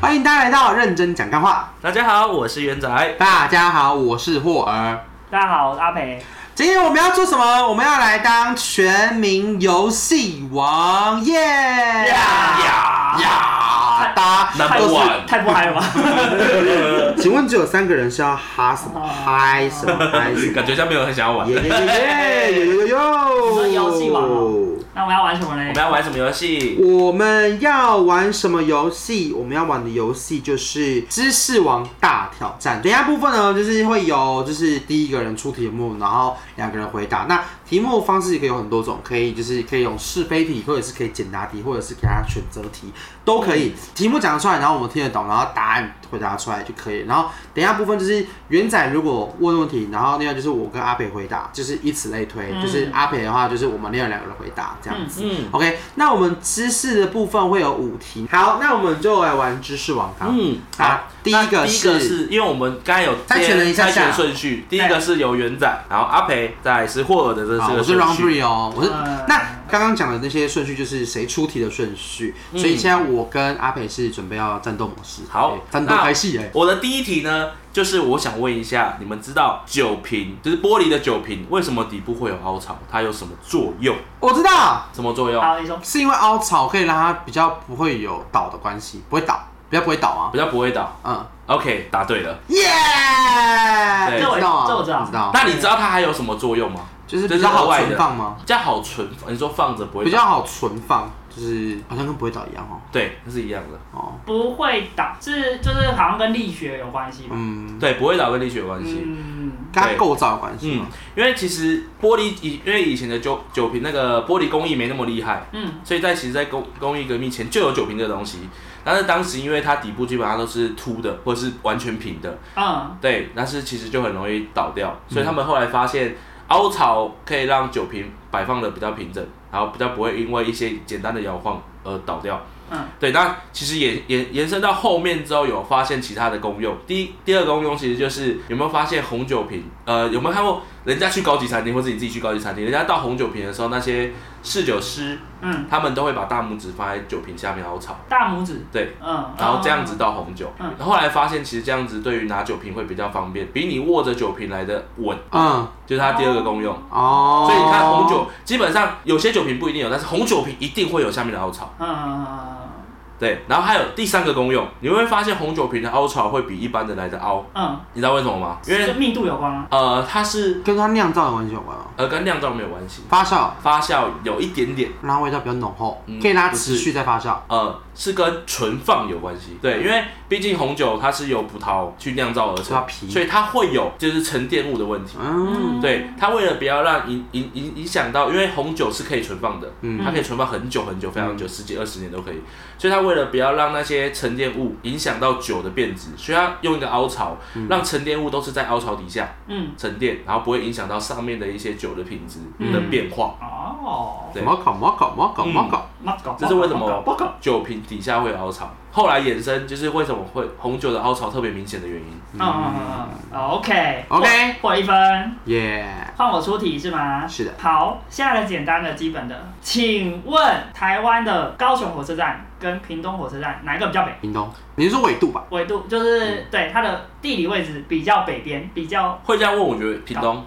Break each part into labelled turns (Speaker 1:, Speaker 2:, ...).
Speaker 1: 欢迎大家来到认真讲干话。
Speaker 2: 大家好，我是元仔。
Speaker 1: 大家好，我是霍儿。
Speaker 3: 大家好，我是阿培。
Speaker 1: 今天我们要做什么？我们要来当全民游戏王，耶！
Speaker 2: 呀
Speaker 1: 呀！大家
Speaker 2: 太
Speaker 1: 都是。
Speaker 2: 晚
Speaker 3: 太不嗨了吧？
Speaker 1: 请问只有三个人是要哈什
Speaker 3: 啊
Speaker 1: 么嗨什么嗨什么？
Speaker 2: 感觉像没有很想要玩。
Speaker 1: 耶耶耶耶耶耶
Speaker 3: 说
Speaker 1: 哟！
Speaker 3: 游戏王哦那我们要玩什么
Speaker 2: 我
Speaker 3: 嘞
Speaker 2: 们？要玩什么游戏？
Speaker 1: 我们要玩什么游戏？我们要玩的游戏就是知识王大挑战。等一下部分呢，就是会有就是第一个人出题目，然后两个人回答。那题目方式可以有很多种，可以就是可以用是非题，或者是可以简答题，或者是给他选择题都可以。题目讲得出来，然后我们听得懂，然后答案回答出来就可以。然后等一下部分就是元仔如果问问题，然后另外就是我跟阿北回答，就是以此类推。
Speaker 3: 嗯
Speaker 1: 就是阿北的话，就是我们另外两个人回答这样子。
Speaker 2: 嗯
Speaker 1: OK，那我们知识的部分会有五题。好，那我们就来玩知识王它。
Speaker 2: 嗯，
Speaker 1: 好
Speaker 2: 好。
Speaker 1: 第一
Speaker 2: 那
Speaker 1: 个
Speaker 2: 第一
Speaker 1: 是
Speaker 2: 个是因为我们刚才有
Speaker 1: 猜拳了一下
Speaker 2: 猜
Speaker 1: 下
Speaker 2: 拳顺序，第一个是由元仔，然后阿培，再来是霍尔的这
Speaker 1: 好，
Speaker 2: 这
Speaker 1: 我
Speaker 2: 个
Speaker 1: 是
Speaker 2: 顺
Speaker 1: round
Speaker 2: 序。呃
Speaker 1: three 哦，我是
Speaker 3: 嗯
Speaker 1: 那刚刚讲的那些顺序就是谁出题的顺序，所以
Speaker 2: 嗯
Speaker 1: 现在我跟阿培是准备要战斗模式，
Speaker 2: 好
Speaker 1: 哎战斗
Speaker 2: 那
Speaker 1: 开戏哎，
Speaker 2: 我的第一题呢，就是我想问一下，你们知道酒瓶，就是玻璃的酒瓶，为什么底部会有凹槽？它有什么作用？
Speaker 1: 我知道
Speaker 2: 什么作用？
Speaker 3: 好，你说。
Speaker 1: 是因为凹槽可以让它比较不会有倒的关系，不会倒，比较不会倒啊，
Speaker 2: 比较不会倒。
Speaker 1: 嗯，
Speaker 2: OK，答对了。
Speaker 1: 耶，
Speaker 2: 对
Speaker 1: 你知道啊
Speaker 3: 这我知道
Speaker 1: 你知道，
Speaker 2: 那你知道它还有什么作用吗？
Speaker 1: 就是
Speaker 2: 这
Speaker 1: 比
Speaker 2: 是
Speaker 1: 较好
Speaker 2: 额外的
Speaker 1: 存放吗？
Speaker 2: 比较好存，你说放着不会倒
Speaker 1: 比较好存放，就是好像跟不会倒一样哦，
Speaker 2: 对，那是一样的。
Speaker 1: 哦。
Speaker 3: 不会倒，是就是好像跟力学有关系吧？
Speaker 1: 嗯，
Speaker 2: 对，不会倒跟力学有关系。
Speaker 3: 嗯，
Speaker 1: 跟它
Speaker 2: 对
Speaker 1: 构造有关系
Speaker 2: 嗯
Speaker 1: 吗？，
Speaker 2: 因为其实玻璃以因为以前的酒酒瓶那个玻璃工艺没那么厉害，
Speaker 3: 嗯，
Speaker 2: 所以在其实，在工工艺革命前就有酒瓶这个东西，但是当时因为它底部基本上都是凸的或是完全平的，
Speaker 3: 嗯，
Speaker 2: 对，但是其实就很容易倒掉，所以他们后来发现凹槽可以让酒瓶摆放的比较平整，然后比较不会因为一些简单的摇晃而倒掉。
Speaker 3: 嗯，
Speaker 2: 对，那其实延延延伸到后面之后，有发现其他的功用。第一第二个功用其实就是有没有发现红酒瓶？呃，有没有看过人家去高级餐厅，或者你自己去高级餐厅，人家倒红酒瓶的时候，那些侍酒师
Speaker 3: 嗯，
Speaker 2: 他们都会把大拇指放在酒瓶下面凹槽，
Speaker 3: 大拇指，
Speaker 2: 对，
Speaker 3: 嗯，
Speaker 2: 然后这样子倒红酒。
Speaker 3: 嗯
Speaker 2: 后来发现其实这样子对于拿酒瓶会比较方便，比你握着酒瓶来的稳，
Speaker 1: 嗯，
Speaker 2: 就是它第二个功用。
Speaker 1: 哦。
Speaker 2: 所以你看红，酒，基本上有些酒瓶不一定有，但是红酒瓶一定会有下面的凹槽。
Speaker 3: 嗯，嗯
Speaker 2: 对，然后还有第三个功用，你会发现红酒瓶的凹槽会比一般的来的凹，
Speaker 3: 嗯嗯，
Speaker 2: 你知道为什么吗？因
Speaker 3: 就
Speaker 2: 为
Speaker 3: 密度有关吗？
Speaker 2: 呃，它是
Speaker 1: 跟它酿造的关系有关哦。
Speaker 2: 呃跟酿造没有关系，
Speaker 1: 发酵
Speaker 2: 发酵有一点点。
Speaker 1: 让它味道比较浓厚，
Speaker 2: 嗯
Speaker 1: 可以让它持续在发酵。
Speaker 2: 呃，是跟存放有关系。对，因为毕竟红酒它是由葡萄去酿造而
Speaker 1: 是
Speaker 2: 成
Speaker 1: 它，皮
Speaker 2: 所以它会有就是沉淀物的问题。
Speaker 1: 嗯
Speaker 3: 嗯
Speaker 2: 对，它为了不要让影影影影响到，因为红酒是可以存放的，
Speaker 1: 嗯
Speaker 2: 它可以存放很久很久，非常久，十几二十年都可以。所以它为了不要让那些沉淀物影响到酒的变质，所以它用一个凹槽，让沉淀物都是在凹槽底下
Speaker 3: 嗯，
Speaker 2: 沉淀，然后不会影响到上面的一些酒的品质
Speaker 3: 嗯
Speaker 2: 的变化。
Speaker 3: 哦，
Speaker 2: 对嗯
Speaker 1: 摩搞摩搞摩搞摩搞，
Speaker 3: 那搞，
Speaker 2: 这是为什么
Speaker 3: 不搞，
Speaker 2: 酒瓶底下会有凹槽？后来衍生就是为什么会红酒的凹槽特别明显的原因。
Speaker 3: 嗯嗯嗯，OK
Speaker 1: OK
Speaker 3: 获一分。
Speaker 1: 耶！
Speaker 3: 换我出题是吗？
Speaker 1: 是的。
Speaker 3: 好，下个简单的基本的，请问台湾的高雄火车站跟屏东火车站哪一个比较北？
Speaker 1: 屏东，你是说纬度吧？
Speaker 3: 纬度就是对它的地理位置比较北边，比较
Speaker 2: 会这样问，我觉得屏东，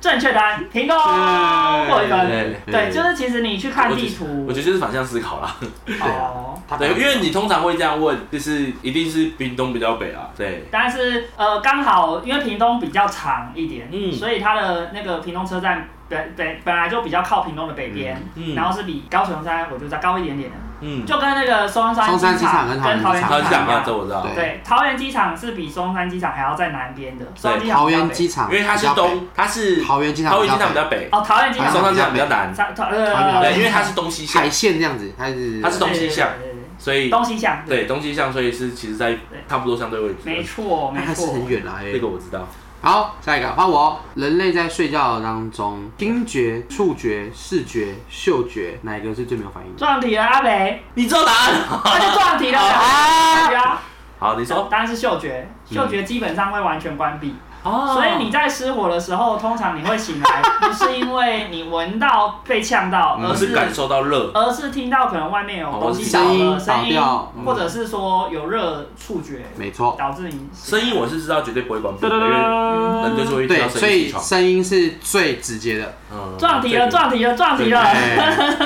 Speaker 3: 正确答案屏东
Speaker 1: 对
Speaker 3: 获一分。
Speaker 2: 对，
Speaker 3: 对，就是其实你去嗯看地
Speaker 2: 我
Speaker 3: 图
Speaker 2: 觉得就是反向思考啦。
Speaker 1: 对啊
Speaker 3: 哦，
Speaker 1: 它
Speaker 2: 对，因为你通常会这样问，就是一定是屏东比较北啊。对，
Speaker 3: 但是呃刚好因为屏东比较长一点，
Speaker 2: 嗯
Speaker 3: 所以它的那个屏东车站本本本来就比较靠屏东的北边，
Speaker 2: 嗯
Speaker 3: 然后是比高雄山我就再高一点点，
Speaker 2: 嗯，
Speaker 3: 就跟那个松山
Speaker 1: 松山机场跟
Speaker 3: 跟
Speaker 1: 桃园机
Speaker 3: 桃
Speaker 1: 场
Speaker 2: 他
Speaker 3: 园机
Speaker 2: 是讲
Speaker 3: 场一
Speaker 2: 啊，
Speaker 3: 样
Speaker 2: 这。我知道
Speaker 1: 对，
Speaker 3: 对，桃园机场是比松山机场还要在南边的，松山机场
Speaker 1: 桃
Speaker 3: 比较
Speaker 1: 园
Speaker 3: 北
Speaker 1: 机场，
Speaker 2: 因为它是东，它是
Speaker 1: 桃园机场
Speaker 2: 桃园
Speaker 1: 比
Speaker 2: 机
Speaker 1: 较
Speaker 2: 场比
Speaker 1: 北，
Speaker 2: 较北，
Speaker 3: 哦，桃园机
Speaker 2: 松
Speaker 3: 场
Speaker 2: 山机场比较南，
Speaker 3: 三桃
Speaker 1: 桃
Speaker 3: 呃
Speaker 2: 对，因为它是东西
Speaker 1: 海
Speaker 2: 向，
Speaker 1: 线这样子，它是
Speaker 2: 它是东西向，
Speaker 3: 对对对对对
Speaker 2: 所以
Speaker 3: 东西向，
Speaker 2: 对东西向，所以是其实在差不多相对位置。
Speaker 3: 没，错
Speaker 1: 那
Speaker 3: 没
Speaker 1: 还是
Speaker 3: 错，
Speaker 1: 很远啦。哎
Speaker 2: 这个我知道。
Speaker 1: 好，下一个换我。人类在睡觉当中，听觉、触觉、视觉、嗅觉，哪一个是最没有反应的？
Speaker 3: 撞题了阿北，
Speaker 2: 你知道答案？
Speaker 3: 那就撞题了，
Speaker 1: 啊
Speaker 3: 对啊，
Speaker 2: 好，你说
Speaker 3: 当然是嗅觉，嗅觉基本上会完全关闭。
Speaker 2: 哦
Speaker 3: 所以你在失火的时候，通常你会醒来，不是因为你闻到被呛到，
Speaker 2: 我
Speaker 3: 而
Speaker 2: 嗯是
Speaker 3: 是
Speaker 2: 感受到热，
Speaker 3: 而是听到可能外面有
Speaker 2: 哦
Speaker 3: 东西
Speaker 1: 声
Speaker 3: 倒
Speaker 1: 音
Speaker 3: 了
Speaker 1: 倒
Speaker 3: 声音
Speaker 1: 掉嗯，
Speaker 3: 或者是说有热触觉
Speaker 1: 没错。
Speaker 3: 导致你
Speaker 2: 声音我是知道绝对不会关闭
Speaker 3: 对
Speaker 2: 的，
Speaker 3: 对
Speaker 2: 因
Speaker 3: 对
Speaker 2: 为人就是
Speaker 3: 对。
Speaker 2: 会听
Speaker 1: 对，
Speaker 2: 到
Speaker 1: 所
Speaker 2: 声音
Speaker 1: 以
Speaker 2: 起床。
Speaker 1: 声音是最直接 的，
Speaker 2: 嗯
Speaker 3: 撞题了，
Speaker 2: 对
Speaker 3: 撞题了，撞题了！
Speaker 1: 哎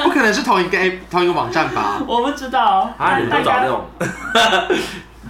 Speaker 1: 不可能是同一个 A 同一个网站 吧？
Speaker 3: 我不知道，
Speaker 2: 啊，你们
Speaker 3: 但
Speaker 2: 都
Speaker 3: 大
Speaker 2: 找那
Speaker 3: 家
Speaker 2: 种。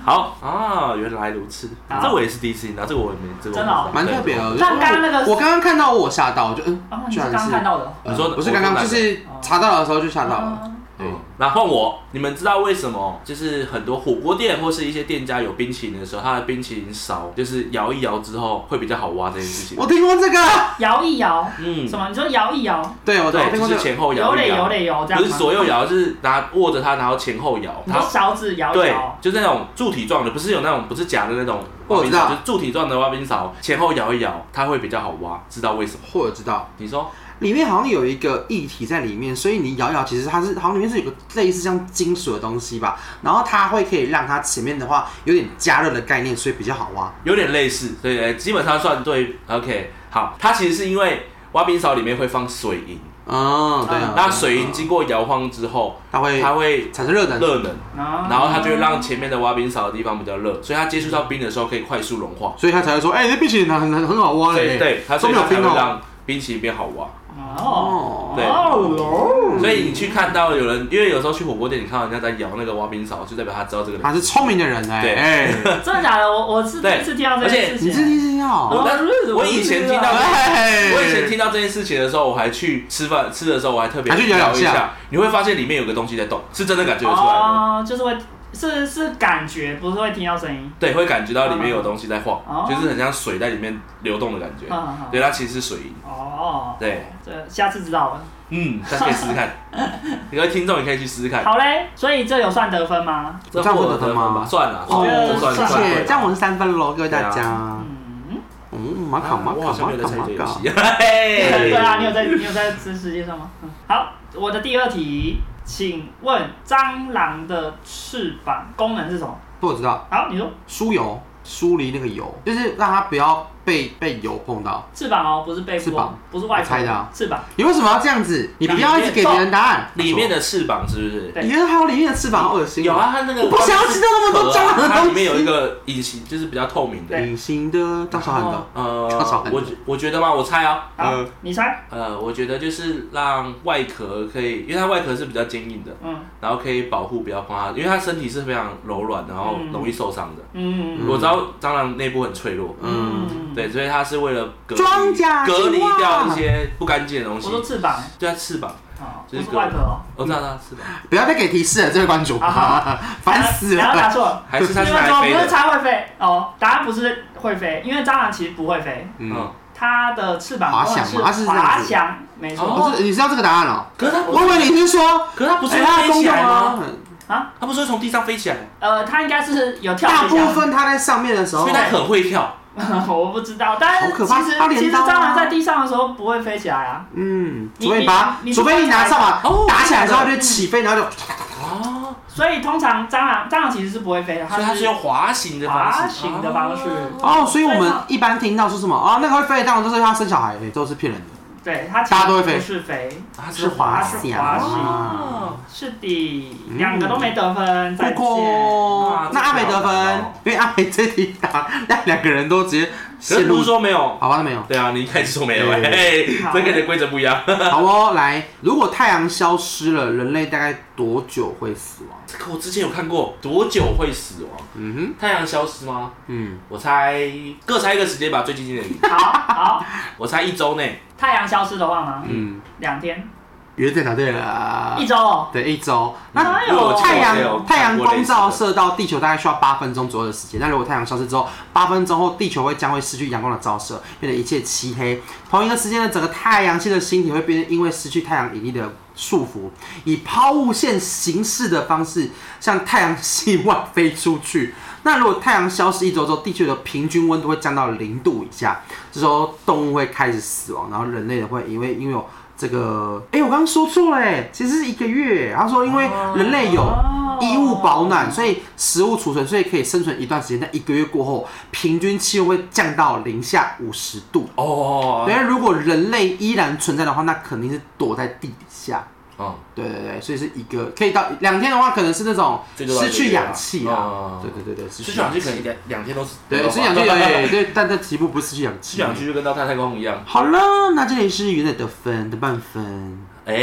Speaker 2: 好啊，原来如此，
Speaker 3: 好
Speaker 2: 这我也是第一次听到，这个我也没，这个我
Speaker 3: 真的哦
Speaker 2: 没
Speaker 1: 蛮特别的。我就
Speaker 3: 像刚刚那个
Speaker 1: 我刚刚看到我吓到，我就嗯，
Speaker 3: 哦，你
Speaker 1: 居
Speaker 3: 是
Speaker 1: 然
Speaker 3: 刚
Speaker 1: 是
Speaker 3: 看到的，
Speaker 1: 呃
Speaker 2: 你说
Speaker 1: 不是刚刚，
Speaker 2: 我
Speaker 1: 就
Speaker 2: 说
Speaker 1: 是查到的时候就吓到了。
Speaker 3: 嗯
Speaker 1: 对
Speaker 2: 嗯，那换我，你们知道为什么就是很多火锅店或是一些店家有冰淇淋的时候，它的冰淇淋勺就是摇一摇之后会比较好挖这件事情吗？
Speaker 1: 我听过这个，
Speaker 3: 摇一摇，
Speaker 2: 嗯，
Speaker 3: 什么？你说摇一摇，
Speaker 1: 对我我
Speaker 2: 对，
Speaker 1: 听
Speaker 2: 就
Speaker 1: 过这
Speaker 2: 是
Speaker 1: 个，
Speaker 2: 前后
Speaker 3: 有
Speaker 2: 摇一
Speaker 3: 嘞有
Speaker 2: 摇，
Speaker 3: 嘞有，这样
Speaker 2: 不
Speaker 3: 吗
Speaker 2: 是左右摇，就是拿握着它，然后前后摇，
Speaker 3: 你
Speaker 2: 它
Speaker 3: 说勺子摇一
Speaker 2: 对
Speaker 3: 摇，，
Speaker 2: 就是那种柱体状的，不是有那种不是假的那种挖
Speaker 1: 我
Speaker 2: 冰
Speaker 1: 知道
Speaker 2: 勺，就是柱体状的挖冰勺，前后摇一摇，它会比较好挖，知道为什么？
Speaker 1: 或者知道。
Speaker 2: 你说
Speaker 1: 里面好像有一个液体在里面，所以你摇一摇，其实它是好像里面是有个类似像金属的东西吧，然后它会可以让它前面的话有点加热的概念，所以比较好挖。
Speaker 2: 有点类似，对对，基本上算对。OK，好，它其实是因为挖冰勺里面会放水银，
Speaker 1: 嗯，对啊
Speaker 3: 嗯。
Speaker 2: 哦那水银经过摇晃之后，
Speaker 1: 它会
Speaker 2: 它会
Speaker 1: 产生热能，
Speaker 2: 热能，
Speaker 3: 然
Speaker 2: 然后它就会让前面的挖冰勺的地方比较热，所以它接触到冰的时候可以快速融化。
Speaker 1: 所以它才会说，哎、那冰淇淋很很很好挖
Speaker 2: 所
Speaker 1: 嘞。
Speaker 2: 以对，它
Speaker 1: 都
Speaker 2: 所以
Speaker 1: 没有
Speaker 2: 它才
Speaker 1: 冰
Speaker 2: 会
Speaker 1: 哦。
Speaker 2: 让冰淇淋变好挖。
Speaker 3: 哦
Speaker 1: 哦，
Speaker 2: 对
Speaker 3: 哦
Speaker 2: 所以你去看到有人，因为有时候去火锅店，你看到人家在摇那个挖冰勺，就代表他知道这个东
Speaker 1: 他
Speaker 2: 西。
Speaker 1: 是聪明的人哎、
Speaker 2: 对
Speaker 1: 哎、
Speaker 3: 哟，真的假的？我我是第
Speaker 2: 对
Speaker 3: 一次听到这件
Speaker 1: 你
Speaker 3: 事
Speaker 1: 是
Speaker 3: 情。
Speaker 1: 第一次听
Speaker 2: 我
Speaker 1: 到？
Speaker 2: 但我以前听到
Speaker 1: 哎
Speaker 2: 我以前听到这件事情的时候，我还去吃饭吃的时候，我还特别
Speaker 1: 还去摇
Speaker 2: 摇
Speaker 1: 两
Speaker 2: 一
Speaker 1: 下
Speaker 2: 下，你会发现里面有个东西在动，是真的感觉得出来的。
Speaker 3: 哦，就是会是是感觉，不是会听到声音。
Speaker 2: 对，会感觉到里面有东西在晃，
Speaker 3: 哦
Speaker 2: 就是很像水在里面流动的感觉。
Speaker 1: 哦
Speaker 3: 嗯嗯嗯
Speaker 2: 对，它其实是水银。
Speaker 3: 哦，
Speaker 2: 对，
Speaker 3: 这下次知道了。
Speaker 2: 嗯，大家可以试试看。 各位听众也可以去试试看。
Speaker 3: 好嘞，所以这有算得分吗？
Speaker 1: 这样会得分吗
Speaker 2: 吧？算了，
Speaker 3: 我觉得
Speaker 2: 这算
Speaker 1: 谢
Speaker 2: 了
Speaker 3: 算
Speaker 2: 算
Speaker 1: 谢，
Speaker 2: 了。
Speaker 1: 哦这样我是三分喽，各位大
Speaker 2: 对
Speaker 1: 家。
Speaker 3: 嗯，
Speaker 1: 嗯，马卡
Speaker 2: 啊
Speaker 1: 马
Speaker 2: 我
Speaker 1: 卡
Speaker 2: 好像
Speaker 1: 马
Speaker 2: 没有在
Speaker 1: 卡
Speaker 2: 参
Speaker 1: 马
Speaker 2: 与这个游
Speaker 1: 卡
Speaker 2: 戏。。
Speaker 3: 对
Speaker 2: 对
Speaker 3: 啊，你有在你有在这世界上吗？嗯好，我的第二题，请问蟑螂的翅膀功能是什么？
Speaker 1: 不知道。
Speaker 3: 好，你说
Speaker 1: 疏油，疏离那个油，就是让它不要被被油碰到。
Speaker 3: 翅膀哦，不是背
Speaker 1: 翅
Speaker 3: 部哦
Speaker 1: 膀，
Speaker 3: 不是外
Speaker 1: 我猜的啊
Speaker 3: 翅膀。
Speaker 1: 你为什么要这样子？你不要一直给别人答案。
Speaker 2: 里面的翅膀是不是？
Speaker 3: 对
Speaker 1: 里面还有里面的翅膀，好恶心。哦
Speaker 2: 有，啊，它那个
Speaker 1: 我不想要知道那么多蟑螂的东西
Speaker 2: 它里面有一个隐形，就是比较透明的。
Speaker 1: 隐形的张韶涵的。
Speaker 2: 呃
Speaker 1: 它少，很多
Speaker 2: 我觉我觉得嘛，我猜啊，
Speaker 3: 好
Speaker 1: 嗯，
Speaker 3: 你猜。
Speaker 2: 呃，我觉得就是让外壳可以，因为它外壳是比较坚硬的，
Speaker 3: 嗯
Speaker 2: 然后可以保护不要碰它，因为它身体是非常柔软，然后容易受伤的。
Speaker 3: 嗯
Speaker 2: 我知道蟑螂内部很脆弱，
Speaker 1: 嗯，
Speaker 3: 嗯，
Speaker 2: 对，所以它是为了隔离
Speaker 1: 装甲
Speaker 2: 隔离
Speaker 1: 青蛙
Speaker 2: 掉一些不干净的东
Speaker 3: 我
Speaker 2: 西，
Speaker 3: 说翅膀，
Speaker 2: 对它翅膀，
Speaker 3: 哦，
Speaker 2: 就
Speaker 3: 不
Speaker 2: 是
Speaker 3: 是外壳哦。
Speaker 2: 我知道它翅膀，
Speaker 1: 不要再给提示了，这位观众
Speaker 2: 啊
Speaker 3: 好好，
Speaker 1: 烦死
Speaker 3: 然后答
Speaker 1: 了。
Speaker 3: 错了。
Speaker 2: 还是它
Speaker 3: 因
Speaker 2: 是
Speaker 3: 为
Speaker 2: 来
Speaker 3: 说
Speaker 2: 飞
Speaker 3: 不是
Speaker 2: 的？
Speaker 3: 它会飞哦，答案不是会飞，因为蟑螂其实不会飞，
Speaker 1: 嗯，
Speaker 2: 嗯，
Speaker 3: 它的翅膀
Speaker 1: 滑翔吗
Speaker 3: 是
Speaker 1: 它是这样子
Speaker 3: 滑翔，没错。
Speaker 1: 哦，这你知道这个答案哦？
Speaker 2: 可是它不
Speaker 1: 我以为你是说，
Speaker 2: 可是它不是
Speaker 1: 哎它
Speaker 2: 会
Speaker 1: 的
Speaker 2: 飞
Speaker 1: 功
Speaker 2: 起
Speaker 1: 用
Speaker 2: 来吗？
Speaker 1: 啊，
Speaker 2: 它不是会从地上飞起来，
Speaker 3: 呃，它应该是有跳
Speaker 1: 大
Speaker 3: 飞
Speaker 1: 部
Speaker 3: 翔，
Speaker 1: 分它在上面的时候
Speaker 2: 所以，它很会跳。
Speaker 3: 我不知道。但
Speaker 1: 好
Speaker 3: 是
Speaker 1: 可
Speaker 3: 其
Speaker 1: 怕
Speaker 3: 实
Speaker 1: 它连
Speaker 3: 其实
Speaker 1: 刀
Speaker 3: 蟑
Speaker 1: 啊
Speaker 3: 螂在地上的时候不会飞起来啊。
Speaker 1: 嗯，
Speaker 3: 你
Speaker 1: 除非你把
Speaker 3: 你
Speaker 1: 它，除非你拿扫把
Speaker 2: 哦
Speaker 1: 打起来之后它就起飞，然后就
Speaker 2: 哦，
Speaker 3: 所以通常蟑螂蟑螂其实是不会飞的，
Speaker 2: 所以它
Speaker 3: 它
Speaker 2: 是用滑行的方式，
Speaker 3: 滑行的方式。
Speaker 1: 哦，所以我
Speaker 2: 啊
Speaker 1: 们一般听到说什么啊，那个会飞的蟑螂就是它生小孩，哎都是骗人的。
Speaker 3: 对，它其
Speaker 1: 大
Speaker 3: 实
Speaker 1: 家都会飞
Speaker 3: 不是飞，
Speaker 2: 它
Speaker 1: 是滑
Speaker 3: 滑
Speaker 1: 翔
Speaker 3: 行。
Speaker 2: 哦
Speaker 1: 啊
Speaker 3: 是的，
Speaker 1: 嗯
Speaker 3: 两个都没得分，再见。
Speaker 1: 哦，那阿美得分，因为阿美这题答，那两个人都直接
Speaker 2: 可是
Speaker 1: 陷
Speaker 2: 不
Speaker 1: 入
Speaker 2: 是。说没有？
Speaker 1: 好吧，那没 有。
Speaker 2: 对啊，你一开始说没有，
Speaker 1: 对
Speaker 2: 哎，
Speaker 3: 好
Speaker 2: 这跟你的规则不一样。
Speaker 1: 好哦，来，如果太阳消失了，人类大概多久会死亡？
Speaker 2: 这个我之前有看过，多久会死亡？
Speaker 1: 嗯
Speaker 2: 太阳消失吗
Speaker 1: 哼？，嗯，
Speaker 2: 我猜各猜一个时间吧，最接近的你。
Speaker 3: 好好，
Speaker 2: 我猜一周内，
Speaker 3: 太阳消失的话吗？
Speaker 1: 嗯，
Speaker 3: 两天，
Speaker 1: 原点答对了啊
Speaker 3: 一，周哦。
Speaker 1: 对，一周。那
Speaker 3: 哎
Speaker 2: 因为我
Speaker 3: 呦，
Speaker 2: 记得
Speaker 1: 太
Speaker 2: 我有看过
Speaker 1: 阳太阳光照
Speaker 2: 类似的
Speaker 1: 射到地球大概需要八分钟左右的时间。那如果太阳消失之后，八分钟后地球会将会失去阳光的照射，变得一切漆黑。同一个时间呢，整个太阳系的星体会变，因为失去太阳引力的束缚，以抛物线形式的方式向太阳系外飞出去。那如果太阳消失一周之后，地球的平均温度会降到零度以下，这时候动物会开始死亡，然后人类也会因为因为有这个，哎、我刚刚说错了，哎，其实是一个月。他说，因为人类有
Speaker 3: 哦
Speaker 1: 衣物保暖，所以食物储存，所以可以生存一段时间。但一个月过后，平均气温会降到零下五十度。
Speaker 2: 哦，
Speaker 1: 因为如果人类依然存在的话，那肯定是躲在地底下。
Speaker 2: 哦，
Speaker 1: 对对对，所以是一个可以到两天的话，可能是那种
Speaker 2: 最多到一
Speaker 1: 失
Speaker 2: 个
Speaker 1: 去
Speaker 2: 月啊
Speaker 1: 氧气
Speaker 2: 哦
Speaker 1: 啊。对对对对，失
Speaker 2: 失去氧气可能两两天都是
Speaker 1: 对，失去氧气，对 对，但这题目不是失去氧气。
Speaker 2: 失去氧气就跟到太太空一样。
Speaker 1: 好了，那这里是原来的分的半分，
Speaker 2: 哎，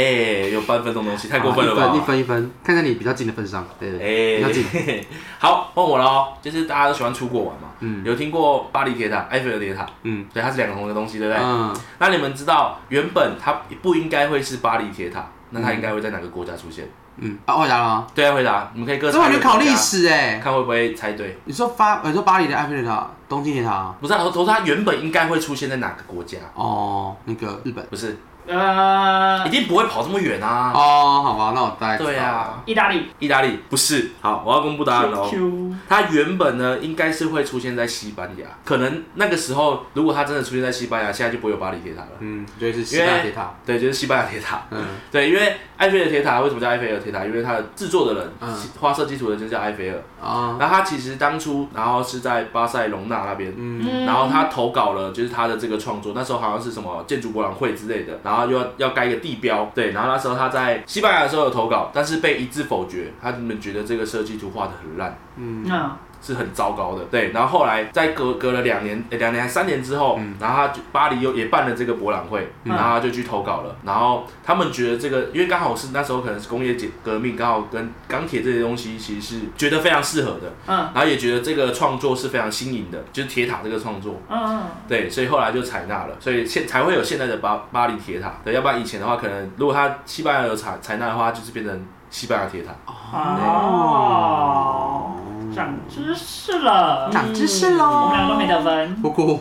Speaker 2: 有半分这种东西，太过分了吧？
Speaker 1: 啊好一分一分一分，看在你比较近的份上，对对对，比较近。
Speaker 2: 哎， 好，换我了哦。就是大家都喜欢出国玩嘛，
Speaker 1: 嗯
Speaker 2: 有听过巴黎铁塔、埃菲尔铁塔，
Speaker 1: 嗯
Speaker 2: 对，它是两个同一个东西，对不对？
Speaker 1: 嗯，
Speaker 2: 那你们知道原本它不应该会是巴黎铁塔，那它应该会在哪个国家出现？
Speaker 1: 嗯，啊，我答了啊，
Speaker 2: 对啊，回答，你们可以各
Speaker 1: 这
Speaker 2: 猜
Speaker 1: 完
Speaker 2: 一个
Speaker 1: 全考
Speaker 2: 国家
Speaker 1: 历，史哎。
Speaker 2: 看会不会猜对。
Speaker 1: 你说巴，你说巴黎的埃菲尔铁塔、东京铁塔，
Speaker 2: 不是啊，头头它原本应该会出现在哪个国家？
Speaker 1: 哦，那个日本。
Speaker 2: 不是，
Speaker 3: 呃
Speaker 2: 一，定不会跑这么远啊。
Speaker 1: 啊哦，好吧，那我大概知道
Speaker 2: 对啊，
Speaker 3: 意大利。
Speaker 2: 意大利不是。好，我要公布答案了哦。
Speaker 3: Q
Speaker 2: 它原本呢，应该是会出现在西班牙，可能那个时候，如果它真的出现在西班牙，现在就不会有巴黎铁塔了。
Speaker 1: 嗯，就是西班牙铁塔，
Speaker 2: 对，就是西班牙铁塔。
Speaker 1: 嗯
Speaker 2: 对，因为埃菲尔铁塔为什么叫埃菲尔铁塔？因为它的制作的人，
Speaker 1: 嗯
Speaker 2: 花色基础的人就叫埃菲尔。
Speaker 1: 啊，
Speaker 2: 然后他其实当初，然后是在巴塞隆纳那边，
Speaker 1: 嗯
Speaker 3: 嗯
Speaker 2: 然后他投稿了，就是他的这个创作，那时候好像是什么建筑博览会之类的，然后又要要盖一个地标，对，然后那时候他在西班牙的时候有投稿，但是被一致否决，他们觉得这个设计图画的很烂，
Speaker 1: 嗯
Speaker 3: 嗯，
Speaker 2: 是很糟糕的，对，然后后来在隔隔了两年，诶两年还三年之后，
Speaker 1: 嗯
Speaker 2: 然后他就巴黎又也办了这个博览会，
Speaker 3: 嗯
Speaker 2: 然后他就去投稿了，然后他们觉得这个，因为刚好是那时候可能是工业解革命，刚好跟钢铁这些东西其实是觉得非常适合的，
Speaker 1: 啊
Speaker 3: 嗯
Speaker 2: 然后也觉得这个创作是非常新颖的，就是铁塔这个创作，
Speaker 3: 嗯嗯，
Speaker 2: 对，所以后来就采纳了，所以现才会有现在的巴巴黎铁塔。对，要不然以前的话，可能如果它西班牙有采采纳的话，就是变成西班牙铁塔。
Speaker 3: 哦，长知识了，
Speaker 1: 长知识
Speaker 3: 我
Speaker 1: 喽
Speaker 3: 们。两个都没得分。
Speaker 1: 不过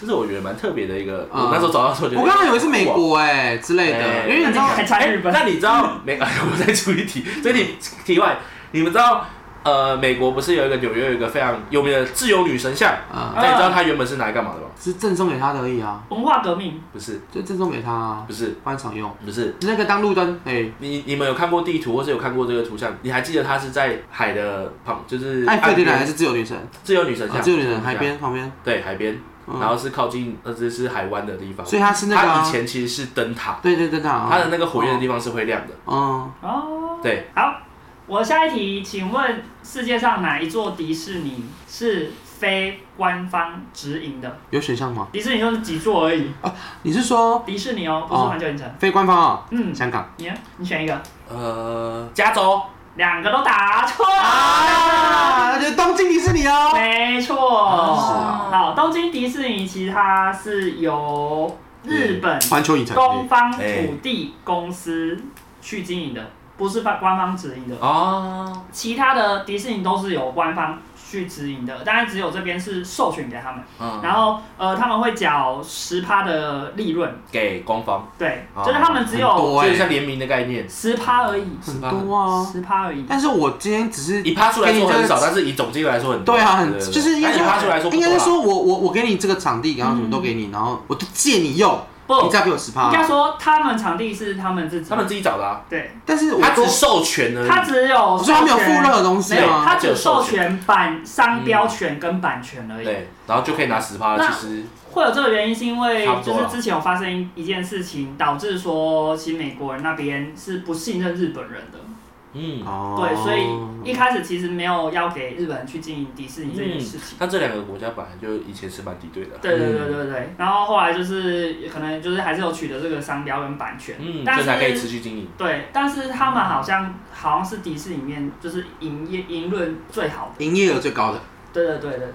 Speaker 2: 这是我觉得蛮特别的一个，
Speaker 1: 嗯
Speaker 2: 我那时候找到的时候觉得，
Speaker 1: 我刚刚以为是美国哎之类
Speaker 2: 哎
Speaker 1: 的，因为你知道
Speaker 3: 还差日本
Speaker 2: 那你知道美？ 哎，我再出一题，这题题外，你们知道呃，美国不是有一个纽约有一个非常有名的自由女神像？
Speaker 1: 啊，
Speaker 2: 那你知道它原本是拿来干嘛的吗？
Speaker 1: 是赠送给他的而已啊，
Speaker 3: 文化革命，
Speaker 2: 不是，
Speaker 1: 就赠送给他啊
Speaker 2: 不，是，
Speaker 1: 观赏用，
Speaker 2: 不是。
Speaker 1: 那个当路灯哎，
Speaker 2: 你你们有看过地图，或是有看过这个图像？你还记得它是在海的旁，就是
Speaker 1: 埃菲尔铁塔
Speaker 2: 岸
Speaker 1: 还
Speaker 2: 边
Speaker 1: 是自由女神，
Speaker 2: 自由女神
Speaker 1: 啊
Speaker 2: 像，
Speaker 1: 自由女神海边旁边，
Speaker 2: 对，海边，
Speaker 1: 嗯
Speaker 2: 然后是靠近呃，这是海湾的地方。
Speaker 1: 所以它是那个
Speaker 2: 它以
Speaker 1: 啊，
Speaker 2: 前其实是灯塔，
Speaker 1: 对对对塔
Speaker 2: 它
Speaker 1: 啊，
Speaker 2: 的那个火焰的地方是会亮的。
Speaker 1: 嗯，
Speaker 3: 哦，
Speaker 2: 对，
Speaker 3: 好，我下一题，请问世界上哪一座迪士尼是非官方直营的？
Speaker 1: 有选项吗？
Speaker 3: 迪士尼就是几座而
Speaker 1: 哦
Speaker 3: 已，
Speaker 1: 你是说
Speaker 3: 迪士尼哦，不是环球影城。
Speaker 1: 非官方啊？
Speaker 3: 嗯，
Speaker 1: 香港，
Speaker 3: 你呢你选一个，
Speaker 2: 呃，加州，
Speaker 3: 两个都答错。
Speaker 1: 啊，那就东京迪士尼哦。
Speaker 3: 没错，
Speaker 1: 是啊
Speaker 3: 好，东京迪士尼其实它是由日本
Speaker 1: 嗯环球影城，
Speaker 3: 东方土地公司去经营的，不是官官方直营的。
Speaker 2: 哦，
Speaker 3: 其他的迪士尼都是有官方去直营的，当然只有这边是授权给他们，
Speaker 2: 嗯，
Speaker 3: 然后呃他们会缴十趴的利润，
Speaker 2: 给官方，
Speaker 3: 对，
Speaker 2: 哦
Speaker 3: 就是他们只
Speaker 1: 很
Speaker 3: 有
Speaker 1: 多
Speaker 2: 就是
Speaker 1: 哎，
Speaker 2: 像联名的概念，
Speaker 3: 十趴而已，
Speaker 1: 很多啊。
Speaker 3: 十趴而已。
Speaker 1: 但是我今天只是
Speaker 2: 以趴数来说很
Speaker 1: 给你这
Speaker 2: 少，
Speaker 1: 个
Speaker 2: 但是以总金额来说很多。
Speaker 1: 对啊，很
Speaker 2: 对
Speaker 1: 就是应
Speaker 2: 但
Speaker 1: 该
Speaker 2: 以
Speaker 1: 说
Speaker 2: 趴数来说不
Speaker 1: 应
Speaker 2: 多啦，
Speaker 1: 该是说我我我给你这个场地，然后什么
Speaker 3: 嗯
Speaker 1: 都给你，然后我就借你用，
Speaker 3: 不
Speaker 1: 你，再啊给我十趴
Speaker 3: 应。该说他们场地是他们自己，
Speaker 2: 他们自己找的啊，
Speaker 3: 对，
Speaker 1: 但是我
Speaker 2: 他
Speaker 1: 多
Speaker 2: 只，授权而
Speaker 3: 他
Speaker 2: 已。
Speaker 3: 只有
Speaker 1: 所以嗯他没有付
Speaker 3: 授权
Speaker 1: 任何东西啊
Speaker 3: 没有，
Speaker 1: 吗？
Speaker 3: 他只有授权版商标权跟版权
Speaker 1: 嗯
Speaker 3: 而已。
Speaker 2: 对，然后就可以拿十趴了。
Speaker 3: 那
Speaker 2: 其实
Speaker 3: 会有这个原因，是因为
Speaker 2: 差不
Speaker 3: 就
Speaker 2: 多
Speaker 3: 是
Speaker 2: 了
Speaker 3: 之前有发生一件事情，导致说其实美国人那边是不信任日本人的，
Speaker 2: 嗯，
Speaker 1: 哦
Speaker 3: 对，所以一开始其实没有要给日本人去经营迪士尼这件事情。
Speaker 2: 嗯但这两个国家本来就以前是蛮敌对的。啊
Speaker 3: 对对对对
Speaker 2: 嗯
Speaker 3: 对，然后后来就是可能就是还是有取得这个商标跟版权，
Speaker 2: 嗯，
Speaker 3: 但
Speaker 2: 这
Speaker 3: 是
Speaker 2: 才可以持续经营。
Speaker 3: 对，但是他们好像好像是迪士尼里面就是营业营论最好的，
Speaker 1: 营业额最高的，
Speaker 3: 对对对对对，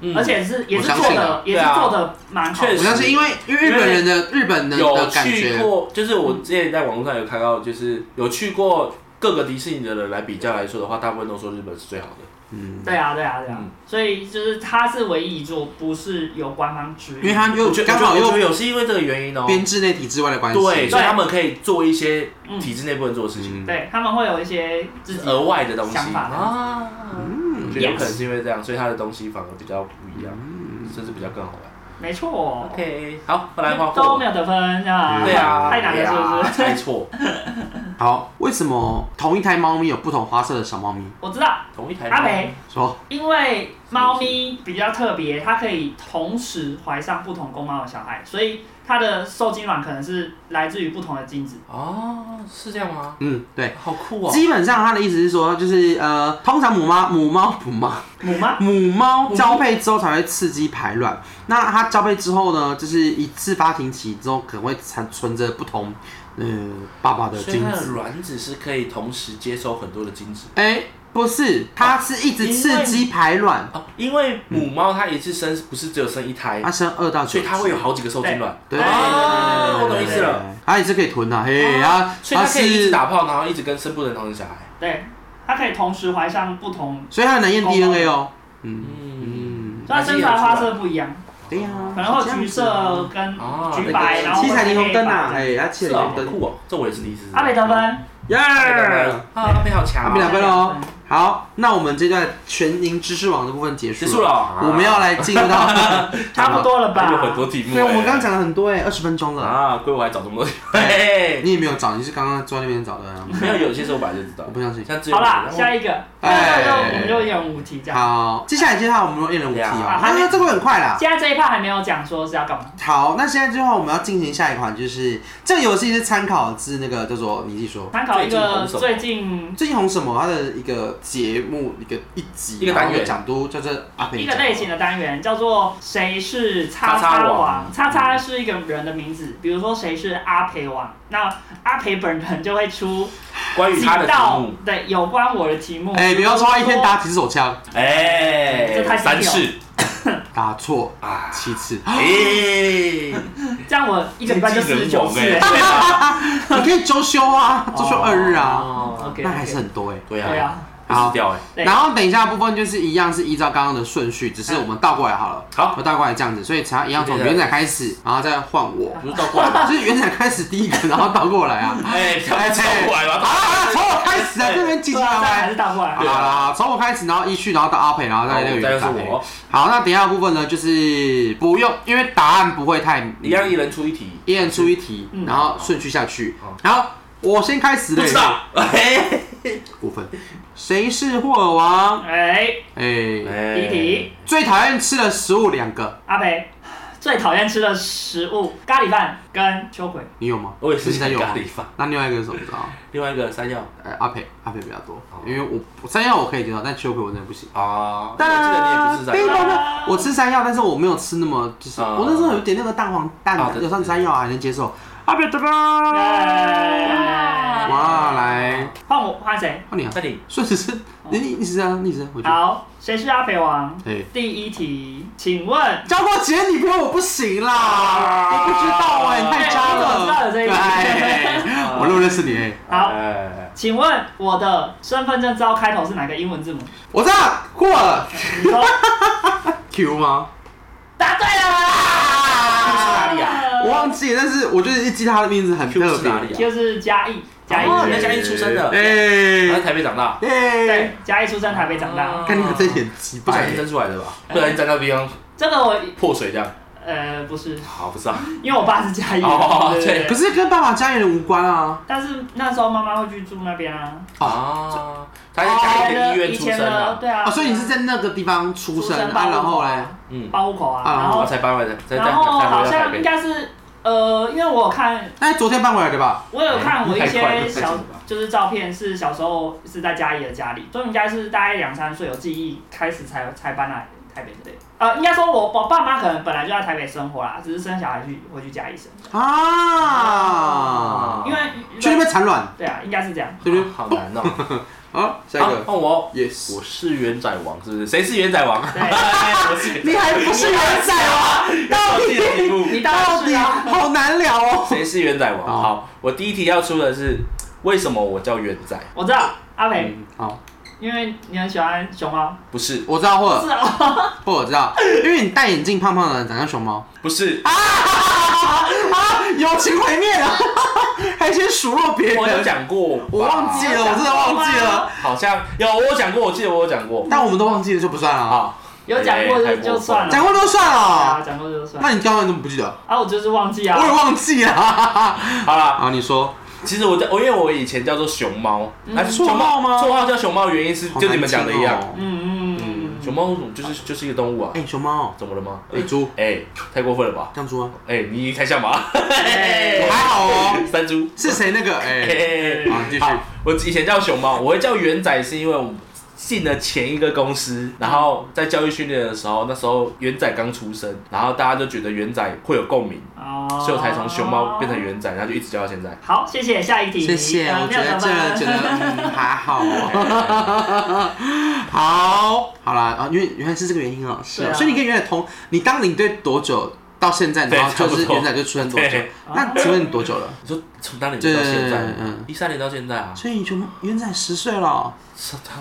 Speaker 2: 嗯
Speaker 3: 而且是也
Speaker 1: 我
Speaker 3: 是
Speaker 1: 相
Speaker 3: 做
Speaker 1: 信
Speaker 3: 的
Speaker 1: 啊
Speaker 3: 也是
Speaker 2: 对啊
Speaker 3: 做的蛮好
Speaker 2: 确
Speaker 3: 的
Speaker 1: 我
Speaker 2: 实
Speaker 1: 像是因为因为日本人的日本人
Speaker 2: 有
Speaker 1: 的感
Speaker 2: 去
Speaker 1: 觉，
Speaker 2: 过，就是我之前在网络上有看到，就是有去过各个迪士尼的人来比较来说的话，大部分都说日本是最好的。
Speaker 1: 嗯，
Speaker 3: 对啊，对啊，对啊，
Speaker 2: 嗯
Speaker 3: 所以就是它是唯一一座不是有官方指
Speaker 1: 因为
Speaker 3: 引，
Speaker 1: 他又
Speaker 2: 我觉得
Speaker 1: 刚
Speaker 2: 我
Speaker 1: 好
Speaker 2: 觉得我觉
Speaker 1: 又
Speaker 2: 得有是因为这个原因哦、
Speaker 1: 编制内体制外的关系，
Speaker 2: 对，所以
Speaker 3: 对
Speaker 2: 他们可以做一些
Speaker 3: 嗯
Speaker 2: 体制内不能做的事情，
Speaker 1: 嗯
Speaker 3: 对他们会有一些自己
Speaker 2: 额外的东西
Speaker 3: 想法的
Speaker 2: 啊。
Speaker 1: 嗯
Speaker 2: 就有可能是因为这样，所以他的东西反而比较不一样，甚至比较更好玩。
Speaker 3: 没错。
Speaker 4: OK，
Speaker 2: 好，后来换
Speaker 3: 都
Speaker 2: 我
Speaker 3: 没。有得分啊！
Speaker 2: 对啊，
Speaker 3: 太难了，是不
Speaker 2: 对啊
Speaker 3: 是？
Speaker 2: 猜错，
Speaker 1: 好，为什么同一台猫咪有不同花色的小猫咪？
Speaker 3: 我知道，
Speaker 2: 同一台。
Speaker 3: 阿北，
Speaker 1: 说
Speaker 3: 因为猫咪比较特别，它可以同时怀上不同公猫的小孩，所以它的受精卵可能是来自于不同的精子。
Speaker 2: 哦，是这样吗？
Speaker 1: 嗯，对。
Speaker 2: 好酷哦！
Speaker 1: 基本上他的意思是说，就是呃，通常母猫、母猫、母猫、
Speaker 3: 母吗？
Speaker 1: 母猫交配之后才会刺激排卵。那它交配之后呢，就是一次发情期之后，可能会存存着不同呃爸爸的
Speaker 2: 所以
Speaker 1: 精
Speaker 2: 它的
Speaker 1: 子。
Speaker 2: 卵子是可以同时接收很多的精子
Speaker 1: 哎、不是，它是一直刺激排卵，
Speaker 2: 哦，因为母猫它一次生不是只有生一胎
Speaker 1: 它，生二到九只，
Speaker 2: 所以它会有好几个受精卵。
Speaker 1: 对
Speaker 2: 啊，我懂意思了。啊
Speaker 1: 对。它也是可以囤的、嘿，它
Speaker 2: 所以
Speaker 1: 它
Speaker 2: 它可以一
Speaker 1: 是
Speaker 2: 直，打炮，然后一直跟生不能同的小孩。
Speaker 3: 对，它可以同时怀上不同，
Speaker 1: 所以它很难验 DNA 哦。嗯
Speaker 2: 嗯，
Speaker 1: 嗯，
Speaker 3: 所以它生出来花色不一样，
Speaker 1: 对呀、
Speaker 3: 可能会橘色跟
Speaker 2: 哦
Speaker 3: 橘白，
Speaker 2: 对
Speaker 3: 然后
Speaker 1: 七
Speaker 3: 或者
Speaker 1: 彩
Speaker 3: 是
Speaker 1: 霓虹灯啊，
Speaker 3: 黑白。
Speaker 1: 哎，它七
Speaker 2: 是
Speaker 1: 彩霓
Speaker 2: 啊，好
Speaker 1: 虹灯，
Speaker 2: 酷哦！这我也是第一次知道。
Speaker 3: 阿北得分，
Speaker 1: 耶！
Speaker 2: 啊，阿北好强
Speaker 1: 他
Speaker 2: 啊！
Speaker 1: 们两分哦喽。好，那我们这段全赢知识网的部分结束
Speaker 2: 结束了。啊
Speaker 1: 我们要来进入 到，
Speaker 3: 差不多了吧
Speaker 2: 还？有很多题目欸。
Speaker 1: 对，我们刚刚讲了很多哎，二十分钟了，
Speaker 2: 啊，归我还找这么多题目。嘿
Speaker 1: 你也没有找，你是刚刚坐在那边找的啊。
Speaker 2: 没有，有些时候我本来就知道
Speaker 1: 我。不相信。
Speaker 2: 像自由
Speaker 3: 好啦，
Speaker 2: 女神
Speaker 3: 下一个，
Speaker 1: 哎
Speaker 3: 那就我们就演五题这样。
Speaker 1: 好，接下来接下来我们用一人五题哦。
Speaker 2: 啊
Speaker 1: 啊，这个会很快啦。
Speaker 3: 现在这一趴还没有讲说是要干嘛，
Speaker 1: 好，那现在之后我们要进行下一款，就是这个游戏是参考自那个叫做你自己说
Speaker 3: 参考一个
Speaker 2: 最
Speaker 3: 最近
Speaker 1: 最近红什么它的一个节目一个一集
Speaker 2: 一个单元
Speaker 1: 然后讲都叫做阿北
Speaker 3: 一
Speaker 1: 讲
Speaker 3: 个类型的单元叫做“谁是
Speaker 2: 叉
Speaker 3: 叉叉
Speaker 2: 叉
Speaker 3: 王
Speaker 2: 王”，
Speaker 3: 叉叉是一个人的名字，比如说谁是阿培王，那阿培本人就会出
Speaker 2: 关于
Speaker 3: 几
Speaker 2: 他的题
Speaker 3: 道
Speaker 2: 目，
Speaker 3: 对有关我的题目。
Speaker 1: 哎，比如说他一天打几支手枪，
Speaker 2: 哎，
Speaker 3: 这太低
Speaker 2: 三
Speaker 3: 调
Speaker 2: 次
Speaker 1: 打错
Speaker 2: 啊，
Speaker 1: 七次。
Speaker 2: 哎，
Speaker 3: 这样我一个礼拜就四十九次。
Speaker 2: 欸
Speaker 3: 哎
Speaker 1: 你可以周休啊，周休二日啊，
Speaker 2: 哦
Speaker 3: OK，
Speaker 1: 那还是很多哎、
Speaker 2: 对
Speaker 3: 对
Speaker 2: 啊，
Speaker 3: 啊，
Speaker 2: 好掉哎，
Speaker 3: 对
Speaker 1: 然后等一下的部分就是一样是依照刚刚的顺序，只是我们倒过来好了。
Speaker 2: 嗯好
Speaker 1: 我倒过来这样子，所以只要一样从
Speaker 2: 对对对
Speaker 1: 元仔开始，然后再换 我，
Speaker 2: 不是倒过来吗？
Speaker 1: 就是元仔开始第一个，然后倒过来啊。
Speaker 2: 哎，不要倒过来哎
Speaker 1: 好
Speaker 2: 吧，
Speaker 1: 啊，从我开始啊，这边唧
Speaker 3: 对
Speaker 1: 唧
Speaker 3: 啊，
Speaker 1: 歪歪
Speaker 3: 这样还是。大过来
Speaker 1: 好。啦好啦，从我开始，然后依序，然后到阿培，然后再
Speaker 2: 再
Speaker 1: 那个哎
Speaker 2: 就
Speaker 1: 元
Speaker 2: 是
Speaker 1: 仔。
Speaker 2: 我，
Speaker 1: 好，那等一下的部分呢，就是不用，因为答案不会太
Speaker 2: 一样一人出一题，
Speaker 1: 一人出一题，
Speaker 3: 嗯
Speaker 1: 然后顺序下去
Speaker 2: 好。
Speaker 1: 然后我先开始
Speaker 2: 不
Speaker 1: 嘞，
Speaker 2: 知道， 哎，
Speaker 1: 部分，谁是霍尔王？
Speaker 3: 哎，
Speaker 1: 哎、
Speaker 3: 第一题，
Speaker 1: 最讨厌吃的食物两个，
Speaker 3: 阿培最讨厌吃的食物咖喱饭跟秋葵。
Speaker 1: 你有吗？
Speaker 2: 我也是
Speaker 1: 你现在有吗
Speaker 2: 咖喱饭。
Speaker 1: 那另外一个是什么？知道吗？
Speaker 2: 另外一个山药
Speaker 1: 哎、阿培，阿培比较多
Speaker 2: 哦，
Speaker 1: 因为我我山药我可以接受，但秋葵我真的不行。
Speaker 2: 啊，我
Speaker 1: 哦
Speaker 2: 记得你也不是山
Speaker 1: 叮
Speaker 2: 药
Speaker 1: 咚，咚我吃山药，但是我没有吃那么，就是、
Speaker 2: 啊
Speaker 1: 我那时候有点那个蛋黄蛋，
Speaker 2: 啊对啊
Speaker 1: 有上山药还能接受。阿培得吧？
Speaker 3: 哎
Speaker 1: 哇，来
Speaker 3: 换我换谁？
Speaker 1: 换你啊
Speaker 2: 那！你
Speaker 1: 顺时针，你你逆时针啊，逆时针回去。
Speaker 3: 好，谁是阿培王？
Speaker 1: 哎、
Speaker 3: 第一题，请问
Speaker 1: 交过几任女朋友我不行啦，我不知道哎、你太渣
Speaker 3: 哎我怎么知道有
Speaker 1: 了。
Speaker 3: 这一题
Speaker 1: 哎我认不认识你、哎
Speaker 3: 好
Speaker 2: 哎
Speaker 3: 请问我的身份证照开头是哪个英文字母？
Speaker 1: 我知道过了
Speaker 3: 你说
Speaker 1: Q 吗？
Speaker 3: 答对了。
Speaker 2: 是哪里
Speaker 3: 啊
Speaker 1: 我忘记，但是我就是一记他的名字很特
Speaker 2: Q 是哪
Speaker 1: 别。
Speaker 2: 里啊？
Speaker 3: 就是嘉义，嘉义
Speaker 2: 哦
Speaker 3: 市
Speaker 2: 你在嘉义出生的他在
Speaker 1: 哎
Speaker 2: 台北长大，
Speaker 1: 哎
Speaker 3: 对，，嘉义出生，台北长大。
Speaker 1: 看你们这演技
Speaker 2: 不
Speaker 1: 吧
Speaker 2: 小。心生出来的吧？
Speaker 1: 哎
Speaker 2: 不小心在那个地方
Speaker 3: 这个我
Speaker 2: 破水这样，
Speaker 3: 呃不是，
Speaker 2: 好，不是啊，
Speaker 3: 因为我爸是嘉义
Speaker 2: 哦
Speaker 3: 人，
Speaker 2: 对
Speaker 1: 可是跟爸爸家里人无关啊。
Speaker 3: 但是那时候妈妈会去住那边啊，
Speaker 2: 啊，
Speaker 3: 哦
Speaker 2: 他在嘉义的医院
Speaker 3: 以
Speaker 2: 出
Speaker 3: 前
Speaker 2: 生
Speaker 3: 的
Speaker 2: 的，
Speaker 3: 对啊。
Speaker 1: 啊，所以你是在那个地方出生
Speaker 3: 报
Speaker 1: 啊，然后嘞，
Speaker 2: 嗯，
Speaker 3: 报户口啊，
Speaker 1: 啊
Speaker 3: 然
Speaker 2: 然后
Speaker 3: 后
Speaker 2: 才搬回来，才才
Speaker 3: 然后
Speaker 2: 才
Speaker 3: 好
Speaker 2: 回到台
Speaker 3: 像应
Speaker 2: 北。
Speaker 3: 该是呃，因为我有看
Speaker 1: 那哎昨天搬回来的吧？
Speaker 3: 我有看我一
Speaker 2: 太快了
Speaker 3: 些
Speaker 2: 太紧
Speaker 3: 小
Speaker 2: 了吧
Speaker 3: 就是照片，是小时候是在嘉义的家里，所以应该是大概两三岁有记忆开始才才搬来台北对，呃，应该说我我爸妈可能本来就在台北生活啦，只是生小孩去回去嘉义生，
Speaker 1: 啊，
Speaker 3: 因为
Speaker 1: 去那边产卵，
Speaker 3: 对啊，应该是这样。
Speaker 1: 对不对？
Speaker 2: 好难哦。
Speaker 1: 好，下一
Speaker 2: 好，
Speaker 1: 个
Speaker 2: 换我，
Speaker 1: ，yes。
Speaker 2: 我是元仔王，是不是？谁是元仔王？
Speaker 3: 对
Speaker 2: 我是元仔
Speaker 1: 你还不是元仔啊？
Speaker 2: 王，我记得题目。
Speaker 3: 你当然
Speaker 1: 嗯到
Speaker 3: 是
Speaker 1: 底
Speaker 3: 啊，
Speaker 1: 好难聊哦。
Speaker 2: 谁是元仔王？
Speaker 1: 好
Speaker 2: 好，我第一题要出的是为什么我叫元仔？
Speaker 3: 我知道阿北，
Speaker 1: 嗯，好，
Speaker 3: 因为你很喜欢熊猫，
Speaker 2: 不是，
Speaker 1: 我知道霍尔，
Speaker 3: 是啊，
Speaker 1: 霍尔知道，因为你戴眼镜，胖胖的，长像熊猫。
Speaker 2: 不是，
Speaker 1: 啊，友情毁灭啊！ 还先数落别
Speaker 2: 我有
Speaker 1: 人，
Speaker 2: 讲过，
Speaker 1: 我忘记了，我真的忘记了。
Speaker 2: 好像有我有讲过，我记得我有讲过。
Speaker 1: 但我们都忘记了就不算了啊。
Speaker 2: 好，
Speaker 3: 有讲过就就算
Speaker 2: 哎
Speaker 3: 了，
Speaker 1: 讲过都算了。
Speaker 3: 啊，讲过就算了。
Speaker 1: 那你刚才怎么不记得？
Speaker 3: 啊，我就是忘记啊
Speaker 1: 我。也忘记了。
Speaker 2: 好啦，
Speaker 1: 啊，你说
Speaker 2: 其实我在，我因为我以前叫做熊猫，啊
Speaker 1: 绰
Speaker 2: 熊
Speaker 1: 号嗯吗
Speaker 2: 绰号叫熊猫的原因是就你们讲的一样，
Speaker 1: 哎
Speaker 3: 嗯嗯嗯
Speaker 2: 熊猫就是就是一个动物啊，、
Speaker 1: 诶哎熊猫，
Speaker 2: 怎么了吗？
Speaker 1: 哎，猪，
Speaker 2: 哎，太过分了吧？
Speaker 1: 像猪啊，
Speaker 2: 哎，你才像吧？
Speaker 3: 哎
Speaker 1: 我还好哦。
Speaker 2: 三猪。
Speaker 1: 是谁那个？哎，
Speaker 2: 哎
Speaker 1: 好继续
Speaker 2: 好，我以前叫熊猫，我会叫元仔是因为我进了前一个公司，然后在教育训练的时候，那时候元仔刚出生，然后大家就觉得元仔会有共鸣，
Speaker 3: 哦，
Speaker 2: 所以我才从熊猫变成。元仔，然后就一直叫到 现在。
Speaker 3: 好，谢谢，下一题。
Speaker 1: 谢谢，
Speaker 3: 呃
Speaker 1: 我
Speaker 3: 没
Speaker 1: 觉
Speaker 3: 有
Speaker 1: 得
Speaker 3: 得
Speaker 1: 这个
Speaker 3: 分
Speaker 1: 觉得嗯还好 哦。好，好啦，啊，因为原来是这个原因啊，是
Speaker 3: 对
Speaker 1: 啊，
Speaker 3: 啊
Speaker 1: 所以你跟元仔同，你当领队多久？到现在，
Speaker 2: 对
Speaker 1: 然后就是
Speaker 2: 差不多
Speaker 1: 元仔就出生多久
Speaker 2: 对？
Speaker 1: 那请问你多久了？
Speaker 2: 你说从当年
Speaker 1: 对
Speaker 2: 到
Speaker 1: 对
Speaker 2: 现
Speaker 1: 对，
Speaker 2: 在，
Speaker 1: 嗯。
Speaker 2: 一三年到现在啊，
Speaker 1: 所以熊元仔十岁了，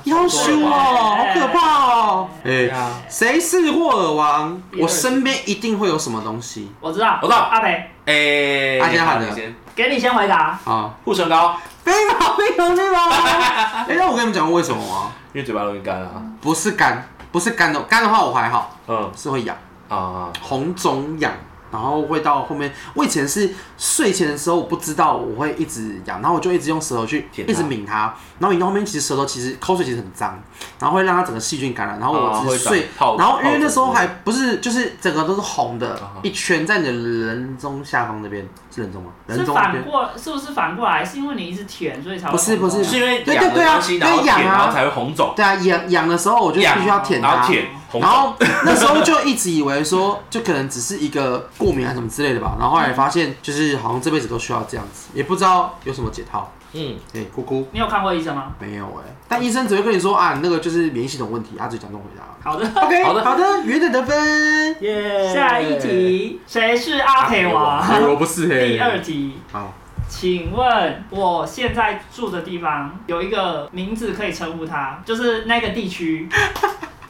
Speaker 2: 要
Speaker 1: 要凶哦，好可怕哦！
Speaker 2: 对
Speaker 1: 哎，
Speaker 2: 啊，
Speaker 1: 谁是霍尔王？
Speaker 3: 第二
Speaker 1: 我身边一定会有什么东西。
Speaker 3: 我知道，
Speaker 2: 我知道
Speaker 3: 阿培，
Speaker 2: 哎，
Speaker 1: 阿杰
Speaker 2: 好
Speaker 1: 啊喊的
Speaker 2: 你先
Speaker 3: 给你先回答。
Speaker 1: 好，
Speaker 2: 护唇膏，
Speaker 1: 飞毛飞毛飞毛！ 哎，那我跟你们讲过为什么吗？
Speaker 2: 因为嘴巴容易干啊，
Speaker 1: 不是干，不是干的，干的话我还好，
Speaker 2: 嗯
Speaker 1: 是会痒，
Speaker 2: 啊啊，
Speaker 1: 红肿痒，然后会到后面。我以前是睡前的时候，我不知道我会一直痒，然后我就一直用舌头去
Speaker 2: 舔它
Speaker 1: 一直抿它，然后抿到后面，其实舌头其实口水其实很脏，然后会让它整个细菌感染，然后
Speaker 2: 啊
Speaker 1: 我
Speaker 2: 会
Speaker 1: 只是睡，
Speaker 2: 长 泡
Speaker 1: 然后因为
Speaker 2: 泡
Speaker 1: 那时候
Speaker 2: 疹
Speaker 1: 还不是就是整个都是红的
Speaker 2: 啊，
Speaker 1: 一圈在你的人中下方那边是人中吗？人
Speaker 3: 是
Speaker 1: 中那
Speaker 3: 反
Speaker 1: 边。
Speaker 3: 过，是不是反过来？是因为你一直舔，所以才会
Speaker 1: 不是不是
Speaker 2: 是因为
Speaker 1: 对对
Speaker 2: 痒的
Speaker 1: 对啊
Speaker 2: 关系，然后
Speaker 1: 对痒
Speaker 2: 舔，
Speaker 1: 啊
Speaker 2: 然后才会红肿，
Speaker 1: 对啊，痒痒的时候我就必须要舔它，
Speaker 2: 然后舔红
Speaker 1: 然
Speaker 2: 肿。
Speaker 1: 后 那时候就一直以为说，就可能只是一个过敏还是什么之类的吧。然后后来发现，就是好像这辈子都需要这样子，也不知道有什么解套。
Speaker 2: 嗯，
Speaker 1: 哎、姑姑
Speaker 3: 你有看过医生吗？
Speaker 1: 没有哎、但医生只会跟你说啊，你那个就是免疫系统问题，啊，只讲这种回答。
Speaker 3: 好的，
Speaker 1: OK，
Speaker 2: 好的
Speaker 1: 好的，原点得分。
Speaker 2: 耶
Speaker 3: 下一，题，谁是阿培王？
Speaker 2: 哎我不是
Speaker 3: 第二题，
Speaker 1: 好，
Speaker 3: 请问我现在住的地方有一个名字可以称呼它，就是那个 地区，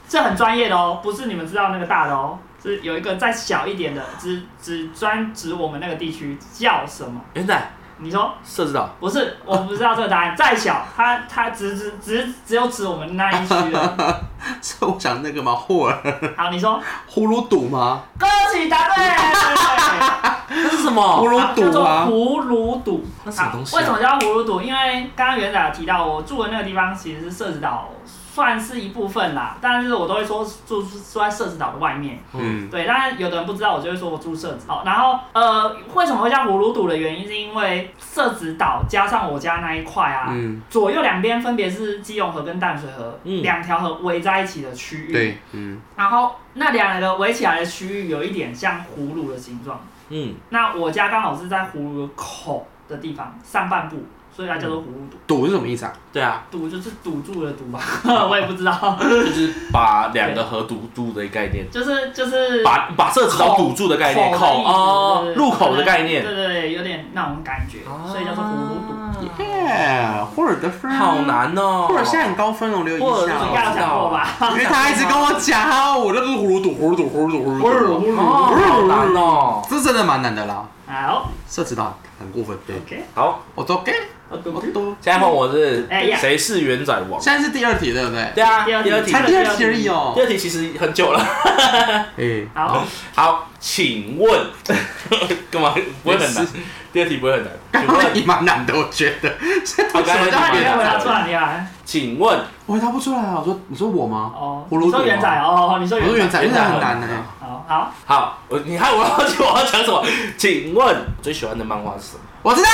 Speaker 3: 这很专业的哦，不是你们知道那个大的哦，是有一个再小一点的，只只专指我们那个地区叫什么？
Speaker 2: 元仔，
Speaker 3: 你说
Speaker 2: 设置岛，
Speaker 3: 不是？我不知道这个答案，再小，它它只只只只有指我们那一区的。
Speaker 1: 是我讲那个吗？霍尔
Speaker 3: 好，你说，
Speaker 1: 葫芦堵吗？
Speaker 3: 恭喜答对。
Speaker 2: 那是什么
Speaker 1: 葫芦
Speaker 3: 啊叫
Speaker 1: 堵
Speaker 3: 做
Speaker 1: 啊。
Speaker 3: 葫芦堵，
Speaker 2: 那什么东西啊
Speaker 3: 为什么叫葫芦堵？因为刚刚园长有提到，我住的那个地方其实是社子岛，算是一部分啦。但是我都会说住住在社子岛的外面。
Speaker 1: 嗯，
Speaker 3: 对，但是有的人不知道，我就会说我住社子岛。然后呃，为什么会叫葫芦堵的原因，是因为社子岛加上我家那一块啊，
Speaker 1: 嗯
Speaker 3: 左右两边分别是基隆河跟淡水河
Speaker 2: 嗯
Speaker 3: 两条、河围在一起的区域。
Speaker 1: 对，嗯，
Speaker 3: 然后那两个围起来的区域有一点像葫芦的形状。
Speaker 2: 嗯，
Speaker 3: 那我家刚好是在葫芦口的地方上半部，所以它叫做葫芦堵。
Speaker 1: 堵是什么意思啊？
Speaker 2: 对啊，
Speaker 3: 堵就是堵住了堵吧， 我也不知道，
Speaker 2: 就是把两个河堵住的概念，
Speaker 3: 就是就是
Speaker 2: 把把设置岛堵住的概念，
Speaker 3: 口的意
Speaker 2: 口
Speaker 3: 思
Speaker 2: 哦，入口的概念，哦
Speaker 3: 对对对，有点那种感觉，所以叫做葫芦堵。
Speaker 1: 耶，霍尔得分。
Speaker 2: 啊好。难哦。
Speaker 1: 霍尔现在很高分哦，留意
Speaker 2: 霍
Speaker 1: 一
Speaker 2: 尔
Speaker 1: 下
Speaker 2: 是
Speaker 3: 应
Speaker 1: 哦。
Speaker 3: 该有讲过吧？
Speaker 1: 因为他一直跟我讲，我那个葫芦堵，葫芦堵，葫芦堵，葫芦堵。
Speaker 2: 哦，好难哦。
Speaker 1: 这真的蛮难的啦，
Speaker 3: 好
Speaker 1: 涉及到很过分。对，
Speaker 3: ，OK，
Speaker 2: 好，
Speaker 1: 我都 OK，我
Speaker 2: 啊
Speaker 3: OK，
Speaker 1: 都。
Speaker 2: 现在换我是
Speaker 3: 哎呀
Speaker 2: 谁是元仔王？
Speaker 1: 现在是第二题，对不对？
Speaker 2: 对啊，
Speaker 3: 第二题
Speaker 2: 第二题，
Speaker 1: 才第二题而已
Speaker 2: 第
Speaker 1: 哦。
Speaker 2: 二题其实很久了。
Speaker 1: 哎，
Speaker 3: 好，
Speaker 2: 好，请问 干嘛？不会很难
Speaker 1: 没，
Speaker 2: 第二题不会很难。
Speaker 1: 刚
Speaker 2: 请
Speaker 1: 刚那
Speaker 2: 问，
Speaker 1: 题蛮难的，我觉得。这同学
Speaker 2: 我刚才
Speaker 1: 在
Speaker 3: 那你
Speaker 1: 回
Speaker 3: 没有
Speaker 1: 答
Speaker 3: 回答出来，你啊？
Speaker 2: 请问
Speaker 1: 我回答不出来啊。我说，你说我吗？
Speaker 3: 哦，
Speaker 1: 葫芦
Speaker 3: 你
Speaker 1: 堵
Speaker 3: 说元
Speaker 1: 吗
Speaker 3: 仔哦，你说
Speaker 1: 我说
Speaker 3: 元
Speaker 1: 元
Speaker 3: 仔，
Speaker 1: 仔，元仔很难呢。
Speaker 3: 好好，
Speaker 2: 好，我你看我要记我要讲什么？请问最喜欢的漫画是什么？
Speaker 1: 我知道，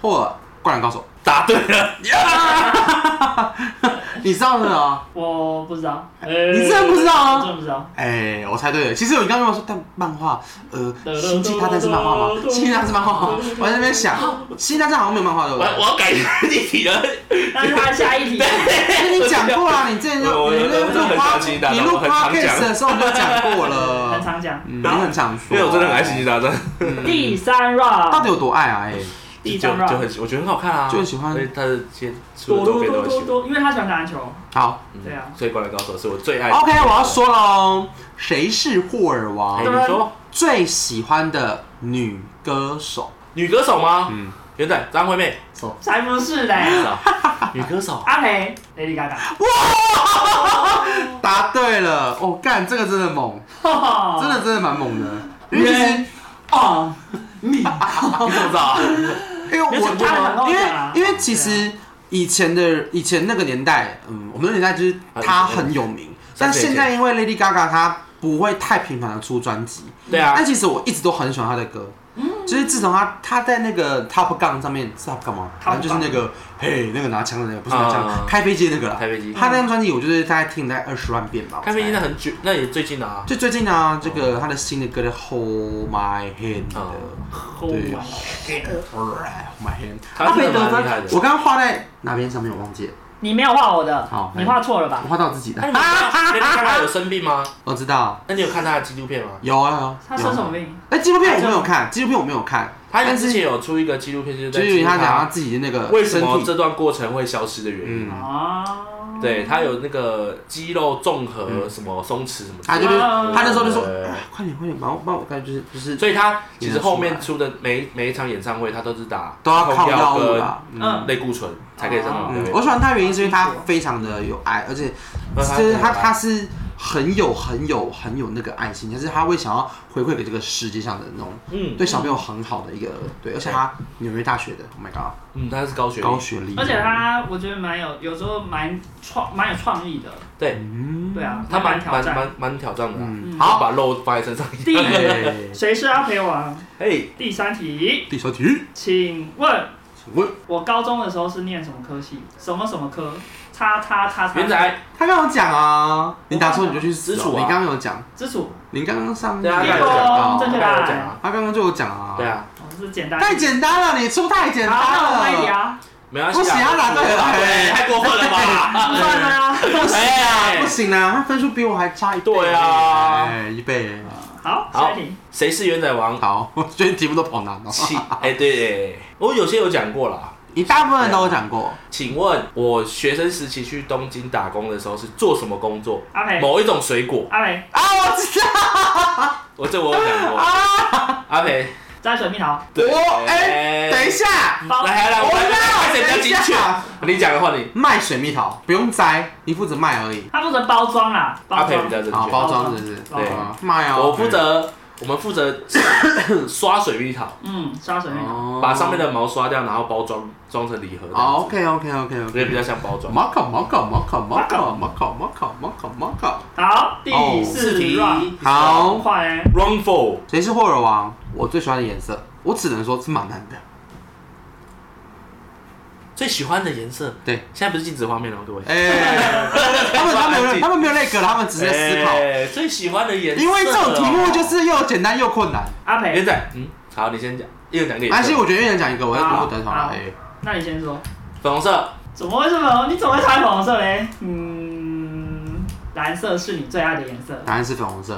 Speaker 1: 霍尔，灌篮高手。
Speaker 2: 答对了，
Speaker 1: 你知道的啊？
Speaker 3: 我不 知道，
Speaker 1: 你真
Speaker 3: 你
Speaker 1: 的不知道
Speaker 3: 我
Speaker 1: 啊？
Speaker 3: 真的不知道，
Speaker 1: 哎，我猜对了。其实我刚刚说，但漫画，呃，星际大战是漫画吗？星际大战是漫画吗？我在那边想，星际大战好像没有漫画，对
Speaker 2: 我
Speaker 1: 不对
Speaker 2: 我？要改第一题了。
Speaker 3: 但是他下 一题。
Speaker 1: 跟你讲过啦，你之前就
Speaker 2: 我
Speaker 1: 你那
Speaker 2: 我真的很
Speaker 1: 花
Speaker 2: 常听到
Speaker 1: 你
Speaker 2: 我
Speaker 1: 录
Speaker 2: 很常
Speaker 1: podcast 的时候你就讲过
Speaker 3: 很
Speaker 1: 了，
Speaker 3: 常讲。
Speaker 1: 嗯，你很常说，
Speaker 2: 因为我真的很爱《星际大战》，
Speaker 1: 嗯
Speaker 3: 第三
Speaker 1: 到底
Speaker 3: round，
Speaker 1: 有多爱啊？哎，
Speaker 3: 第
Speaker 2: 就
Speaker 3: 三
Speaker 2: 就
Speaker 3: round，
Speaker 2: 很喜我觉得很好看啊，
Speaker 1: 就很喜欢
Speaker 2: 所以它的些所有周
Speaker 3: 多多
Speaker 2: 边都
Speaker 3: 多
Speaker 2: 很喜
Speaker 3: 多
Speaker 2: 欢。
Speaker 3: 多，因为他喜欢打篮球。
Speaker 1: 好
Speaker 2: 嗯
Speaker 3: 对啊
Speaker 2: 所以《灌篮高手》是我最爱的。
Speaker 1: ，OK，我要说喽，谁是霍尔王
Speaker 2: 哎，你说
Speaker 1: 最喜欢的女歌手？
Speaker 2: 女歌手吗？
Speaker 1: 嗯，
Speaker 2: 元仔、张惠妹，
Speaker 3: 才不 是嘞，
Speaker 2: 是啊，女歌手，
Speaker 3: 阿培，Lady Gaga，
Speaker 1: 答对了，哦，干，这个真的猛， 真 的真的蛮猛的。因为其实，
Speaker 3: 冤枉你，
Speaker 2: 你怎么知道啊？
Speaker 1: 因为我
Speaker 3: 因为其实他很高
Speaker 1: 因为
Speaker 3: 兴啊
Speaker 1: 因为其实以前的以前那个年代，嗯，我们那个年代就是她很有名，但现在因为 Lady Gaga 她不会太频繁的出专辑，
Speaker 2: 对啊
Speaker 1: 但，其实我一直都很喜欢她的歌。就是自从她她在那个 Top Gun 上面是 Top Gun 吗？
Speaker 3: Top
Speaker 1: 反正就是
Speaker 3: Gun
Speaker 1: 那个嘿，那个拿枪的那个，不是拿
Speaker 2: 嗯
Speaker 1: 枪，开飞机那个啦。
Speaker 2: 开飞机，
Speaker 1: 她那张专辑我就是大概听了大概二十万遍吧。我
Speaker 2: 开飞机
Speaker 1: 猜
Speaker 2: 那很久，那也最近的啊。
Speaker 1: 就最近啊，这个他的新的歌叫《Hold My Hand》的对
Speaker 2: 嗯
Speaker 3: Oh my God
Speaker 1: ，Hold My Hand。
Speaker 2: 他真的
Speaker 1: 得
Speaker 2: 蛮厉害的
Speaker 1: 分，我刚刚画在哪边上面我忘记了，
Speaker 3: 你没有画我的
Speaker 1: 好，嗯
Speaker 3: 你画错了吧
Speaker 1: 我？画到我自己的
Speaker 2: 那。你们知道 Lady Gaga 有生病吗？
Speaker 1: 我知道，
Speaker 2: 那你有看他的纪录片吗？
Speaker 1: 有啊
Speaker 3: 他
Speaker 1: 有。
Speaker 3: 生
Speaker 1: 有
Speaker 3: 什么病？
Speaker 1: 哎，纪录片我没有看，纪录片我没有看，
Speaker 2: 他
Speaker 1: 但
Speaker 2: 之
Speaker 1: 是
Speaker 2: 前有出一个纪录片，就是
Speaker 1: 就
Speaker 2: 在
Speaker 1: 是
Speaker 2: 记录
Speaker 1: 他讲他
Speaker 2: 他
Speaker 1: 自己的那个
Speaker 2: 为什
Speaker 1: 身
Speaker 2: 么
Speaker 1: 体，
Speaker 2: 这段过程会消失的原因。
Speaker 1: 嗯，
Speaker 3: 哦，
Speaker 2: 对他有那个肌肉综合什么松弛什么
Speaker 1: 嗯
Speaker 2: 之
Speaker 1: 他
Speaker 2: 类的，
Speaker 1: 就是
Speaker 3: 啊
Speaker 1: 他那时候就说
Speaker 2: 对，
Speaker 1: 哎快点快点，帮我帮我看，就是就是
Speaker 2: 所以他其实后
Speaker 1: 演
Speaker 2: 面
Speaker 1: 得
Speaker 2: 出的每每一场演唱会，他都是打
Speaker 1: 都要靠
Speaker 2: 痛
Speaker 1: 药物啊
Speaker 2: 跟
Speaker 1: 啦。
Speaker 3: 嗯
Speaker 2: 类固醇才可以上
Speaker 3: 哦
Speaker 2: 场
Speaker 1: 嗯
Speaker 2: 表，
Speaker 1: 我
Speaker 2: 演。
Speaker 1: 喜欢他的原因是因为他非常的有爱，而且就是他他是很有很有很有那个爱心，但是他会想要回馈给这个世界上的那种
Speaker 2: 嗯
Speaker 1: 对小朋友很好的一个对，而且他纽约大学的，Oh my god，
Speaker 2: 嗯，他是高学历
Speaker 1: 高学历，啊
Speaker 3: 而且他我觉得蛮有，有时候蛮创，蛮有创意的，
Speaker 2: 对，
Speaker 1: 嗯
Speaker 3: 对啊，
Speaker 2: 他蛮
Speaker 3: 蛮挑
Speaker 2: 蛮
Speaker 3: 战。
Speaker 2: 蛮蛮挑战的啊。
Speaker 1: 嗯，
Speaker 2: 他
Speaker 1: 好，
Speaker 2: 把肉放在身上。
Speaker 3: 第一，
Speaker 1: 哎
Speaker 3: 谁是阿培王？
Speaker 2: 嘿，
Speaker 3: 啊第三题，
Speaker 1: 第三题，
Speaker 3: 请问
Speaker 1: 请问
Speaker 3: 我高中的时候是念什么科系？什么什么科？叉叉叉叉。
Speaker 2: 元仔，
Speaker 1: 他刚刚有讲啊，你打错你就去死
Speaker 2: 私
Speaker 1: 哦
Speaker 2: 处啊
Speaker 1: 你刚刚有讲，
Speaker 3: 之楚。
Speaker 1: 你刚刚上
Speaker 2: 对啊，
Speaker 1: 面
Speaker 2: 他
Speaker 1: 有
Speaker 2: 有
Speaker 1: 讲
Speaker 2: 讲
Speaker 1: 到
Speaker 2: 啊，
Speaker 3: 正确答
Speaker 2: 他
Speaker 3: 案
Speaker 2: 有讲啊，
Speaker 1: 他刚刚就有讲啊，
Speaker 2: 对，啊，
Speaker 3: 哦，是简单。
Speaker 1: 太简单了，你出太简
Speaker 3: 好，
Speaker 1: 单
Speaker 3: 那我问你
Speaker 1: 了，
Speaker 3: 啊，
Speaker 2: 没关系
Speaker 1: 不
Speaker 2: 啊，
Speaker 1: 行啊，打对 了，
Speaker 2: 哎
Speaker 1: 哎
Speaker 2: 太过分 了吧？
Speaker 3: 不算啊。
Speaker 2: 哎
Speaker 1: 不，行啊，他分数比我还差一倍，
Speaker 2: 对啊
Speaker 1: 哎，一倍，
Speaker 3: 好，
Speaker 2: 好
Speaker 3: 下一题。
Speaker 2: 谁是元仔王？
Speaker 1: 好，我觉得题目都跑难了，
Speaker 2: 请，哎，对，哎我有些有讲过啦。
Speaker 1: 你大部分都有讲过，
Speaker 2: 请问我学生时期去东京打工的时候是做什么工作？
Speaker 3: 阿
Speaker 1: 哎
Speaker 3: 培，
Speaker 2: 某一种水果，
Speaker 3: 阿培，
Speaker 1: 啊，我知道，
Speaker 2: 我这我有讲过。阿培，
Speaker 3: 摘水蜜桃。
Speaker 1: 啊我哎，等一，下。
Speaker 3: 包
Speaker 2: 来来来，
Speaker 1: 我知道，
Speaker 2: 谁比较
Speaker 1: 等一
Speaker 2: 精确？
Speaker 1: 下，
Speaker 2: 你讲的话，你
Speaker 1: 卖水蜜桃不用摘，你负责卖而已。
Speaker 3: 他负责包装啦，
Speaker 2: 阿
Speaker 3: 包
Speaker 2: 培
Speaker 3: 装
Speaker 2: 比。较正
Speaker 1: 好，
Speaker 2: 确。
Speaker 1: 包装是不是？
Speaker 3: 对
Speaker 1: 啊卖哦。
Speaker 2: 我负责，我们负 责刷水蜜桃，
Speaker 3: 嗯，刷水蜜桃。
Speaker 1: 哦
Speaker 2: 把上面。的毛刷掉，然后包装装成礼盒。
Speaker 1: 哦，OK OK OK
Speaker 2: 我觉得比
Speaker 1: OK。
Speaker 2: 较像包装。
Speaker 1: 马卡马卡马卡马卡马卡马卡马卡马卡。
Speaker 3: 好，第四
Speaker 2: 哦四题
Speaker 3: round。
Speaker 1: 好
Speaker 3: 很快 欸
Speaker 2: r u n f o
Speaker 1: 谁是霍尔王？我最喜欢的颜色，我只能说是蛮难的。
Speaker 2: 最喜欢的颜色，
Speaker 1: 对，
Speaker 2: 现在不是静止画面了，各位。
Speaker 1: 哎， 他们他们没有他们没有那个，他们只是在思考，
Speaker 2: 哎最喜欢的颜色，
Speaker 1: 因为这种题目就。是又简单又困难。
Speaker 3: 阿
Speaker 2: 元
Speaker 3: 培，
Speaker 2: 仔，嗯，好，你先讲，一人讲给你。
Speaker 1: 安心，我觉得一人讲一个，我要
Speaker 3: 好
Speaker 1: 我等会儿
Speaker 3: 好
Speaker 1: 哎
Speaker 3: 那你先说。
Speaker 2: 粉红色，
Speaker 3: 怎么会是粉红？你怎么会猜粉红色嘞？嗯，蓝色是你最爱的颜色。
Speaker 1: 答案是粉红色。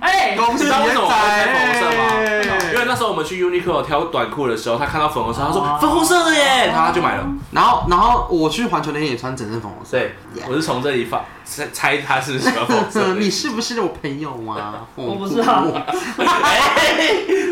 Speaker 3: 哎、
Speaker 1: 恭喜
Speaker 2: 知
Speaker 1: 元
Speaker 2: 道为什么我会
Speaker 1: 仔
Speaker 2: 猜粉红色吗因
Speaker 1: 哎
Speaker 2: 为那时候我们去 Uniqlo 挑短裤的时候，他看到粉红色，他说
Speaker 1: 哦
Speaker 2: 粉红色的耶，然后他就买了。
Speaker 1: 然后，然后我去环球那天也穿整身粉红色。
Speaker 2: 对
Speaker 1: Yeah，
Speaker 2: 我是从这里发猜猜他是什么粉色 的。
Speaker 1: 你是不是我朋友啊？
Speaker 3: 我不知道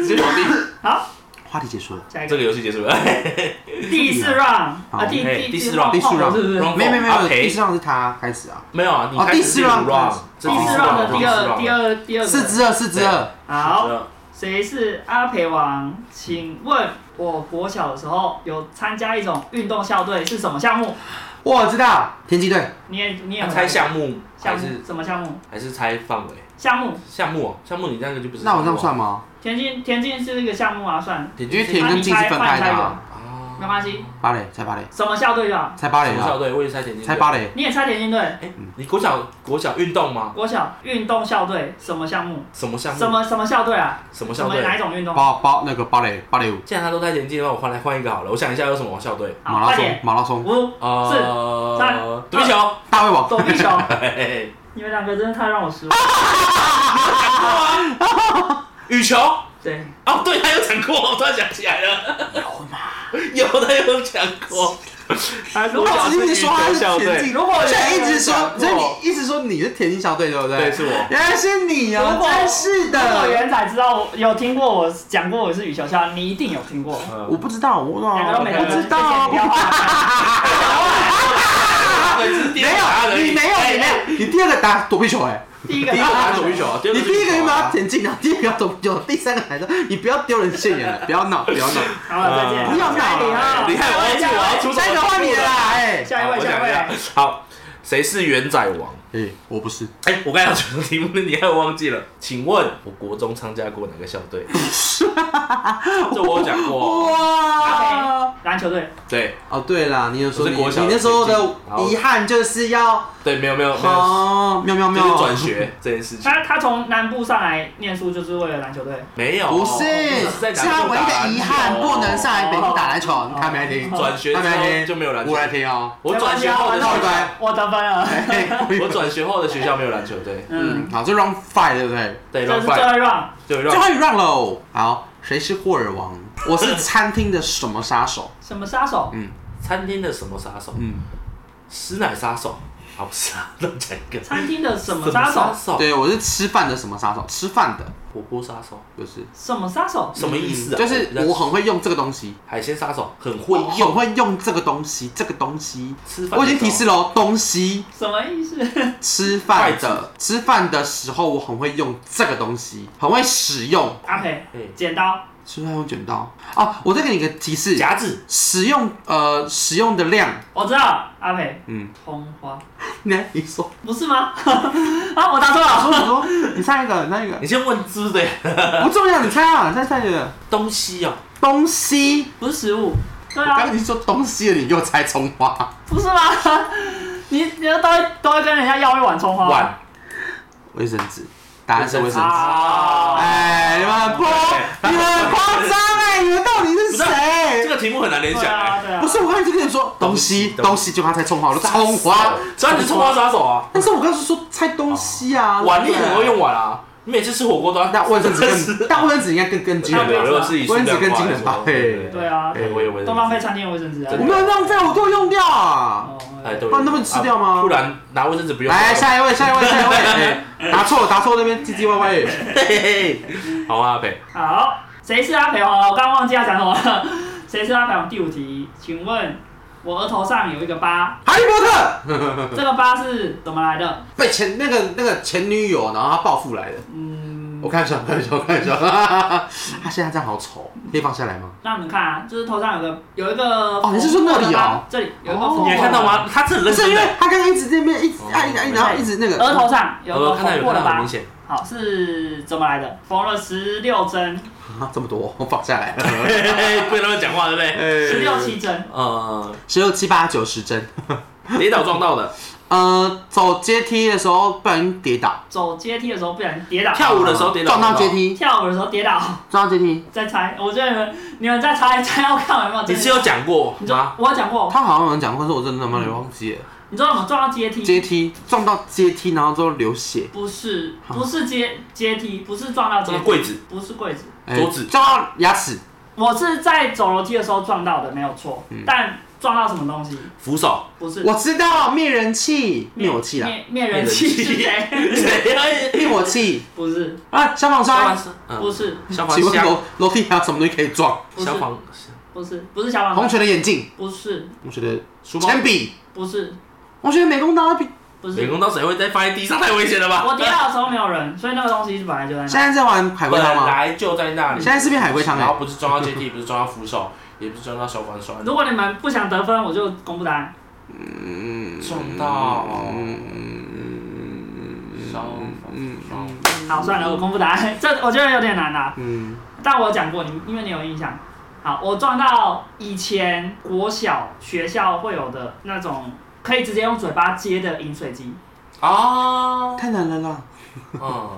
Speaker 1: 只有你。
Speaker 3: 好，
Speaker 1: 话题结束了，
Speaker 3: 下一
Speaker 2: 这
Speaker 3: 个
Speaker 2: 个游戏结束了。
Speaker 3: 哎 第四 round 啊，
Speaker 1: 好哎
Speaker 3: 第
Speaker 2: 嘿
Speaker 3: 第
Speaker 2: 第四 round
Speaker 1: 第四 round
Speaker 3: 是不是？
Speaker 2: Wrong
Speaker 1: 没有没有没
Speaker 2: 阿
Speaker 1: 有，
Speaker 2: 培
Speaker 1: 第四 round 是他开始啊。
Speaker 2: 没有啊，你
Speaker 1: 哦
Speaker 2: 开
Speaker 1: 第
Speaker 2: 始
Speaker 1: 四
Speaker 2: 第五
Speaker 1: round，
Speaker 2: round，
Speaker 1: 第
Speaker 2: 这
Speaker 3: 第
Speaker 2: 是
Speaker 3: 四 round 的第二第二第二个
Speaker 1: 四之二，四之二。
Speaker 3: 好，谁是阿培王？请问我国小的时候有参加一种运动校队是什么项目？
Speaker 1: 我知道，田径队。
Speaker 3: 你也你也
Speaker 2: 要
Speaker 3: 有
Speaker 2: 猜项目还
Speaker 3: 项
Speaker 2: 是
Speaker 3: 目什么项目？
Speaker 2: 还是猜范围？
Speaker 3: 项目
Speaker 2: 项目哦，项目你啊那个就不是。
Speaker 1: 那我这样算？吗？
Speaker 3: 田径田径是一个项目啊，算
Speaker 2: 田
Speaker 1: 因为
Speaker 2: 径
Speaker 1: 田
Speaker 2: 是
Speaker 1: 跟竞是分开的啊。
Speaker 2: 啊
Speaker 3: 没关系，
Speaker 1: 芭蕾，猜芭蕾，
Speaker 3: 什么校队就好。
Speaker 1: 猜芭蕾
Speaker 2: 什么校
Speaker 1: 了，
Speaker 2: 队？我也猜田径。
Speaker 1: 猜芭。蕾。
Speaker 3: 你也猜田径队？
Speaker 2: 哎，你国小国小运动吗？
Speaker 3: 国小运动校队什么项目？
Speaker 2: 什么项目？
Speaker 3: 什么什么校队啊？
Speaker 2: 什么
Speaker 3: 什
Speaker 2: 校
Speaker 3: 么
Speaker 2: 队？
Speaker 3: 哪一种运动？
Speaker 1: 芭芭那个芭蕾芭蕾舞，
Speaker 2: 既然他都猜田径，那我换来换一个好了。我想一下有什么校队？
Speaker 1: 马
Speaker 3: 好，
Speaker 1: 拉
Speaker 3: 快
Speaker 1: 松
Speaker 3: 点，
Speaker 1: 马拉松，
Speaker 3: 五
Speaker 2: 呃，
Speaker 3: 三
Speaker 2: 躲避球。
Speaker 1: 大胃王。
Speaker 3: 躲避球。
Speaker 2: 嘿嘿嘿
Speaker 3: 你们两个真的太让我失望。
Speaker 2: 羽球。
Speaker 3: 对，
Speaker 2: 哦，对，他有讲过，我突然想起来了。有吗？有，他有讲过。
Speaker 3: 啊，如
Speaker 2: 我
Speaker 3: 果
Speaker 2: 想
Speaker 1: 一直说他是田径，
Speaker 3: 如果有
Speaker 1: 现在一直
Speaker 2: 我
Speaker 1: 说，所以你一直说你是田径校队，对不对？
Speaker 2: 对，是我。
Speaker 1: 原来是你哦、
Speaker 3: 如
Speaker 2: 啊
Speaker 3: 果
Speaker 1: 真是
Speaker 3: 如果
Speaker 1: 的。
Speaker 3: 元仔知道我有听过我讲过我是羽球校，你一定有听过。
Speaker 2: 嗯呃
Speaker 1: 我不知道，我
Speaker 3: 两个
Speaker 1: 我
Speaker 3: 都没
Speaker 2: 哦
Speaker 3: 有
Speaker 1: 不知道啊，
Speaker 3: 谢谢你要
Speaker 1: 没有，
Speaker 2: 哎
Speaker 1: 你没有，你没有，你第二个打躲避球哎，
Speaker 3: 第一个
Speaker 2: 第一个打手臂球啊，第二
Speaker 1: 你
Speaker 2: 个
Speaker 1: 第一个
Speaker 2: 就
Speaker 1: 原
Speaker 2: 是
Speaker 1: 本要
Speaker 2: 啊
Speaker 1: 田径，然后第二个要躲避球，第三个还说 你不要丢人现眼 了，不要闹，不要闹。
Speaker 3: 好了，再见。
Speaker 2: 嗯
Speaker 1: 不要闹
Speaker 3: 你
Speaker 1: 了
Speaker 2: 你看，我忘记我要出什么
Speaker 1: 下一个换你了啦，哎，
Speaker 3: 下一
Speaker 2: 好
Speaker 3: 位，
Speaker 2: 我
Speaker 3: 下
Speaker 2: 想一
Speaker 3: 一
Speaker 2: 下
Speaker 3: 位，
Speaker 2: 好，谁是元仔王？
Speaker 1: 哎，我不是，
Speaker 2: 哎、我刚才要讲的题目，你还有忘记了？请问，我国中参加过哪个校 队？这我有讲过哦，
Speaker 1: 哇。
Speaker 3: 篮球队，
Speaker 2: 对
Speaker 1: 哦，对啦，你有说
Speaker 2: 我
Speaker 1: 你
Speaker 2: 是国小
Speaker 1: 你那时候的遗憾就是要
Speaker 2: 对，没有没有没有，
Speaker 1: 哦，喵喵
Speaker 2: 就
Speaker 1: 喵，
Speaker 2: 是转学这件事情，
Speaker 1: 啊
Speaker 3: 他他从南部上来念书就是为了篮球队。
Speaker 2: 没有，
Speaker 1: 不是，
Speaker 2: 我哦在
Speaker 1: 是
Speaker 2: 南部
Speaker 1: 他唯一
Speaker 2: 打
Speaker 1: 的
Speaker 2: 篮
Speaker 1: 遗憾，
Speaker 2: 球
Speaker 1: 不能上来北京打篮球。你看没来听？
Speaker 2: 哦转学
Speaker 1: 他
Speaker 2: 之
Speaker 1: 没来听
Speaker 2: 后就没有篮球
Speaker 1: 我，来听哦。哎
Speaker 2: 我转学后的
Speaker 1: 那我
Speaker 2: 学
Speaker 1: 来
Speaker 3: 我得分了。
Speaker 2: 哎 我转学后的学校没有篮球队，
Speaker 1: 嗯
Speaker 3: 嗯，，
Speaker 1: 好，这 round five 对不对？
Speaker 2: 对，
Speaker 3: 这
Speaker 2: 乱
Speaker 3: 是最后
Speaker 2: 拜
Speaker 3: 一 round，
Speaker 2: 对
Speaker 1: 最
Speaker 2: 乱
Speaker 1: 后一 round 喽。好，谁是霍尔王？我是餐厅的什么杀手？
Speaker 3: 什么杀手？
Speaker 2: 餐厅的什么杀手？
Speaker 1: 嗯，
Speaker 2: 师奶杀手？啊，不是啊，乱讲一个。
Speaker 3: 餐厅的什么杀手？
Speaker 2: 手？
Speaker 1: 对，我是吃饭的什么杀手？吃饭的，
Speaker 2: 火锅杀手？
Speaker 1: 就是嗯
Speaker 3: 什么杀手？
Speaker 2: 什么意思啊？
Speaker 1: 就是我很会用这个东西，
Speaker 2: 海鲜杀手很会
Speaker 1: 我很
Speaker 2: 用
Speaker 1: 会用这个东西，这个东西。
Speaker 2: 吃饭的时候。
Speaker 1: 我已经提示喽，东西
Speaker 3: 什么意思？
Speaker 1: 吃饭
Speaker 2: 筷
Speaker 1: 的吃饭的时候，我很会用这个东西，很会使用。
Speaker 3: 阿培
Speaker 2: 哎，
Speaker 3: 剪刀，
Speaker 1: 吃饭用剪刀哦，我再给你一个提示，
Speaker 2: 夹子，
Speaker 1: 使用呃使用的量，
Speaker 3: 我知道，阿培，
Speaker 1: 嗯，
Speaker 3: 红花，
Speaker 1: 你来你说，
Speaker 3: 不是吗？ 啊，我答错
Speaker 1: 我
Speaker 3: 了。
Speaker 1: 说我说，你猜一个，你猜一个，
Speaker 2: 你先问知的
Speaker 1: 不重要，你猜啊，你猜猜一个
Speaker 2: 东西哦，
Speaker 1: 东西，
Speaker 3: 不是食物，对
Speaker 1: 我刚
Speaker 3: 啊
Speaker 1: 刚，已经说东西了，你给我猜葱花，
Speaker 3: 不是吗？ 你你都会都会跟人家要一碗葱花，
Speaker 2: 碗
Speaker 1: 卫生纸，答啊案是卫生纸。
Speaker 3: 啊
Speaker 1: 哎，你们很泼，你们很夸张哎，你们到底是
Speaker 2: 不是啊这
Speaker 1: 谁？
Speaker 2: 个题目很难联想
Speaker 3: 对啊
Speaker 2: 哎。
Speaker 3: 对啊，
Speaker 1: 不是，我刚才就跟你说东西，东西就他猜葱花，我
Speaker 2: 啊
Speaker 1: 说葱花，
Speaker 2: 只要你是葱花杀手啊，
Speaker 1: 但是我刚才是说猜东西啊，
Speaker 2: 碗你
Speaker 1: 对不对
Speaker 2: 很会用碗啊，你每次吃火锅都要。
Speaker 1: 那卫生
Speaker 2: 真是
Speaker 1: 纸更，但卫生纸应该更更惊人
Speaker 3: 那
Speaker 1: 吧
Speaker 3: 卫。
Speaker 2: 如果是以数量
Speaker 1: 温子跟金人吧
Speaker 2: 化来说对对
Speaker 3: 对啊
Speaker 2: 对哎我也问。
Speaker 3: 东方配餐厅的卫生纸啊
Speaker 2: 真
Speaker 1: 我
Speaker 2: 的
Speaker 1: 没有浪费，我给我用掉啊！
Speaker 3: 哦
Speaker 2: 哎，对，
Speaker 1: 不然那么吃掉吗
Speaker 2: 啊不然拿卫生纸不用。
Speaker 1: 来，下一位，下一位，下一位，哎答错，答错，那边唧唧歪歪。
Speaker 2: 好啊，阿北，
Speaker 3: 好，谁是阿培王了？我刚刚忘记要讲什么了。 谁是阿培王？第五题，请问我额头上有一个疤，
Speaker 1: 哈利波特
Speaker 3: 这个疤是怎么来的？
Speaker 1: 被前那个那个前女友，然后他报复来的。
Speaker 3: 嗯
Speaker 1: 我，看一下，我看一下，我看一 下。他现在这样好丑，可以放下来吗？
Speaker 3: 让你们看啊，就是头上有个有一个
Speaker 1: 哦你是说那里哦？
Speaker 3: 这里有一个
Speaker 1: 哦
Speaker 3: 缝，
Speaker 2: 你
Speaker 1: 也
Speaker 2: 有看到？吗？他是很
Speaker 1: 不
Speaker 2: 认
Speaker 1: 是，
Speaker 2: 真
Speaker 1: 因
Speaker 2: 的。
Speaker 1: 为他刚刚一直在那边一直
Speaker 2: 哦
Speaker 1: 按一按，然后一直那个
Speaker 3: 额头上有一
Speaker 2: 我
Speaker 3: 个
Speaker 2: 看到
Speaker 3: 缝
Speaker 2: 有
Speaker 3: 过
Speaker 2: 看
Speaker 3: 的
Speaker 2: 到很
Speaker 3: 疤
Speaker 2: 明，显，
Speaker 3: 好是怎么来的？缝了十六针，
Speaker 1: 啊这么多，我放下来了。
Speaker 2: 嘿嘿不能乱讲话，对不对？
Speaker 3: 十
Speaker 1: 十
Speaker 3: 六七针，
Speaker 2: 呃，
Speaker 1: 十六七八九十针。
Speaker 2: 跌倒撞到的，
Speaker 1: 呃，走阶梯的时候不小心跌倒，
Speaker 3: 走阶梯的时候不小心跌倒，
Speaker 2: 跳舞的时候跌倒
Speaker 1: 撞到阶梯，
Speaker 3: 跳舞的时候跌倒，
Speaker 1: 撞到阶梯。
Speaker 3: 再猜，我觉得你们你们再猜猜要看我有没有
Speaker 2: 你
Speaker 3: 真的？
Speaker 2: 是有讲过
Speaker 3: 你
Speaker 2: 吗
Speaker 3: 说？我有讲过，
Speaker 1: 他好像有人讲过，但是我真的他妈的忘记
Speaker 2: 嗯
Speaker 1: 了。
Speaker 3: 你知道我们撞到阶梯，
Speaker 1: 阶梯撞到阶梯，然后之后流血，
Speaker 3: 不是不是阶阶梯，不是撞到阶
Speaker 2: 这个
Speaker 3: 梯，
Speaker 2: 柜子，
Speaker 3: 不是柜子，
Speaker 1: 哎
Speaker 2: 桌子
Speaker 1: 撞到牙齿，
Speaker 3: 我是在走楼梯的时候撞到的，没有错，
Speaker 2: 嗯
Speaker 3: 但撞到什么东西？
Speaker 2: 扶手，
Speaker 3: 不是
Speaker 1: 我知道灭人气，灭我气啦，
Speaker 3: 灭灭人气是谁？
Speaker 2: 谁要
Speaker 1: 灭我气
Speaker 3: 不是
Speaker 1: 啊！消防栓，
Speaker 3: 不，是
Speaker 2: 嗯消防
Speaker 1: 请问
Speaker 2: 箱，
Speaker 1: 楼楼梯还有什么东西可以撞？
Speaker 3: 不是
Speaker 2: 消防
Speaker 3: 不是不是小
Speaker 1: 同
Speaker 3: 王，
Speaker 1: 学的眼镜，
Speaker 3: 不是
Speaker 1: 同学的
Speaker 2: 书包，
Speaker 1: 铅笔，
Speaker 3: 不是
Speaker 1: 同学的美工
Speaker 3: 啊
Speaker 1: 刀，笔
Speaker 3: 不
Speaker 2: 美
Speaker 3: 是，
Speaker 2: 工刀谁会再放在地上？太危险了吧！
Speaker 3: 我跌倒的时候没有人，所以那个东西本来就在
Speaker 1: 现
Speaker 3: 那。
Speaker 1: 在在玩海龟
Speaker 2: 本
Speaker 1: 汤吗？
Speaker 2: 来就在那里
Speaker 1: 现，在是变海龟汤
Speaker 2: 然后
Speaker 1: 哎，
Speaker 2: 不是撞到阶梯，不是撞到扶手，也不是撞到消防栓，
Speaker 3: 如果你们不想得分，我就公布答案。
Speaker 2: 撞到消防栓。
Speaker 3: 好，算了，我公布答案。 这我觉得有点难啦、
Speaker 1: 嗯，
Speaker 3: 但我有讲过，你因为你有印象。好，我撞到以前国小学校会有的那种可以直接用嘴巴接的饮水机。
Speaker 2: 啊，
Speaker 1: 太难了啦。
Speaker 2: 嗯，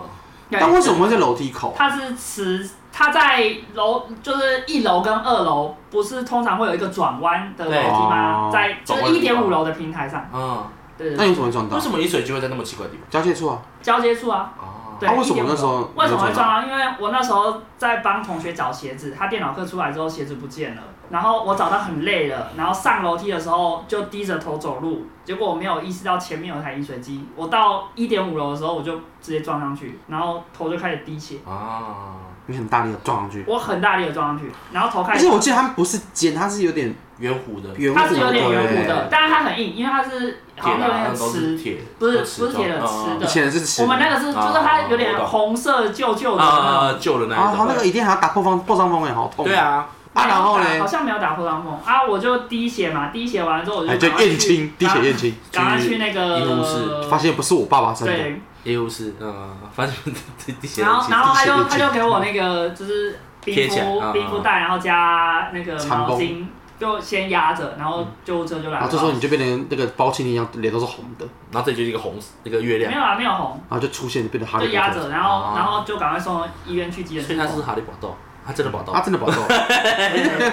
Speaker 3: 对
Speaker 1: 但为什么会在楼梯口？
Speaker 3: 它是磁，它在楼就是一楼跟二楼，不是通常会有一个转弯的楼梯
Speaker 1: 对
Speaker 3: 吗
Speaker 1: 哦？
Speaker 3: 在就是一点五楼的平台上。
Speaker 2: 嗯，
Speaker 3: 对对
Speaker 1: 那
Speaker 3: 对，
Speaker 1: 你怎么会撞
Speaker 2: 为
Speaker 1: 到？
Speaker 2: 什么饮水机会在那么奇怪的地
Speaker 1: 交界处啊，
Speaker 3: 交接处啊，
Speaker 2: 方？
Speaker 3: 对，
Speaker 1: 啊为什
Speaker 3: 1.5
Speaker 1: 么那时候
Speaker 3: 为什么会
Speaker 1: 你就撞
Speaker 3: 撞到？因为我那时候在帮同学找鞋子，他电脑课出来之后鞋子不见了，然后我找到很累了，然后上楼梯的时候就低着头走路，结果我没有意识到前面有台饮水机，我到一点五楼的时候我就直接撞上去，然后头就开始滴血，
Speaker 2: 啊，
Speaker 1: 你很大力的撞上去，
Speaker 3: 我很大力的撞上去，然后头开
Speaker 1: 而
Speaker 3: 始
Speaker 1: 且我记得它不是尖，它是有点
Speaker 2: 圆弧的，
Speaker 1: 圆弧
Speaker 3: 它是有点圆弧
Speaker 1: 对
Speaker 3: 的，但是它很硬，因为它是好
Speaker 2: 铁
Speaker 3: 像
Speaker 2: 的啊，
Speaker 3: 有点
Speaker 2: 那都是
Speaker 3: 瓷，
Speaker 2: 铁，
Speaker 3: 不是
Speaker 2: 都瓷
Speaker 3: 不是铁的
Speaker 2: 状
Speaker 3: 瓷
Speaker 1: 以
Speaker 3: 的
Speaker 1: 前是吃
Speaker 3: 我们那个是就是它有点
Speaker 2: 啊我懂
Speaker 3: 红色旧旧的
Speaker 2: 啊啊
Speaker 3: 那
Speaker 2: 啊
Speaker 3: 种。
Speaker 2: 旧的那
Speaker 1: 啊，它
Speaker 2: 一种，
Speaker 1: 那个一定还要打破方破伤风也好痛。
Speaker 2: 对啊，
Speaker 1: 啊，然后
Speaker 3: 好
Speaker 1: 嘞，
Speaker 3: 像没有打破伤风啊，我就滴血嘛，滴血完了之后我
Speaker 1: 哎，就
Speaker 3: 就赶快
Speaker 1: 验
Speaker 3: 去啊
Speaker 1: 亲，滴血验亲，
Speaker 3: 赶快去那
Speaker 2: 医务室
Speaker 3: 个
Speaker 1: 发现不是我爸爸生的，
Speaker 3: 嗯对，
Speaker 2: 业务是，嗯，反正这这些
Speaker 3: 然后
Speaker 2: 东西
Speaker 3: 然后他就
Speaker 1: 贴
Speaker 3: 他
Speaker 1: 起来
Speaker 3: 就给我那个就是
Speaker 2: 贴
Speaker 3: 冰
Speaker 2: 起
Speaker 1: 啊
Speaker 2: 来
Speaker 3: 敷
Speaker 2: 嗯
Speaker 3: 冰敷袋，然后加那个
Speaker 1: 蚕
Speaker 3: 毛
Speaker 1: 崩
Speaker 3: 巾，就先压着，然后救护车就来
Speaker 1: 然
Speaker 3: 了
Speaker 1: 嗯啊后。这时候你就变成那个包青天一样，脸都是红的，
Speaker 2: 然后这里就是一个红那个月
Speaker 3: 没
Speaker 2: 亮，
Speaker 3: 有啊，没有红，
Speaker 1: 然后就出现变成哈利
Speaker 3: 就
Speaker 1: 波
Speaker 3: 压
Speaker 1: 特。
Speaker 3: 着，然后
Speaker 2: 啊
Speaker 3: 然后就赶快送到医院去急
Speaker 2: 所以
Speaker 3: 诊
Speaker 2: 他
Speaker 3: 室
Speaker 2: 是。哈利波特，他真的宝豆
Speaker 1: 他，真的宝 豆，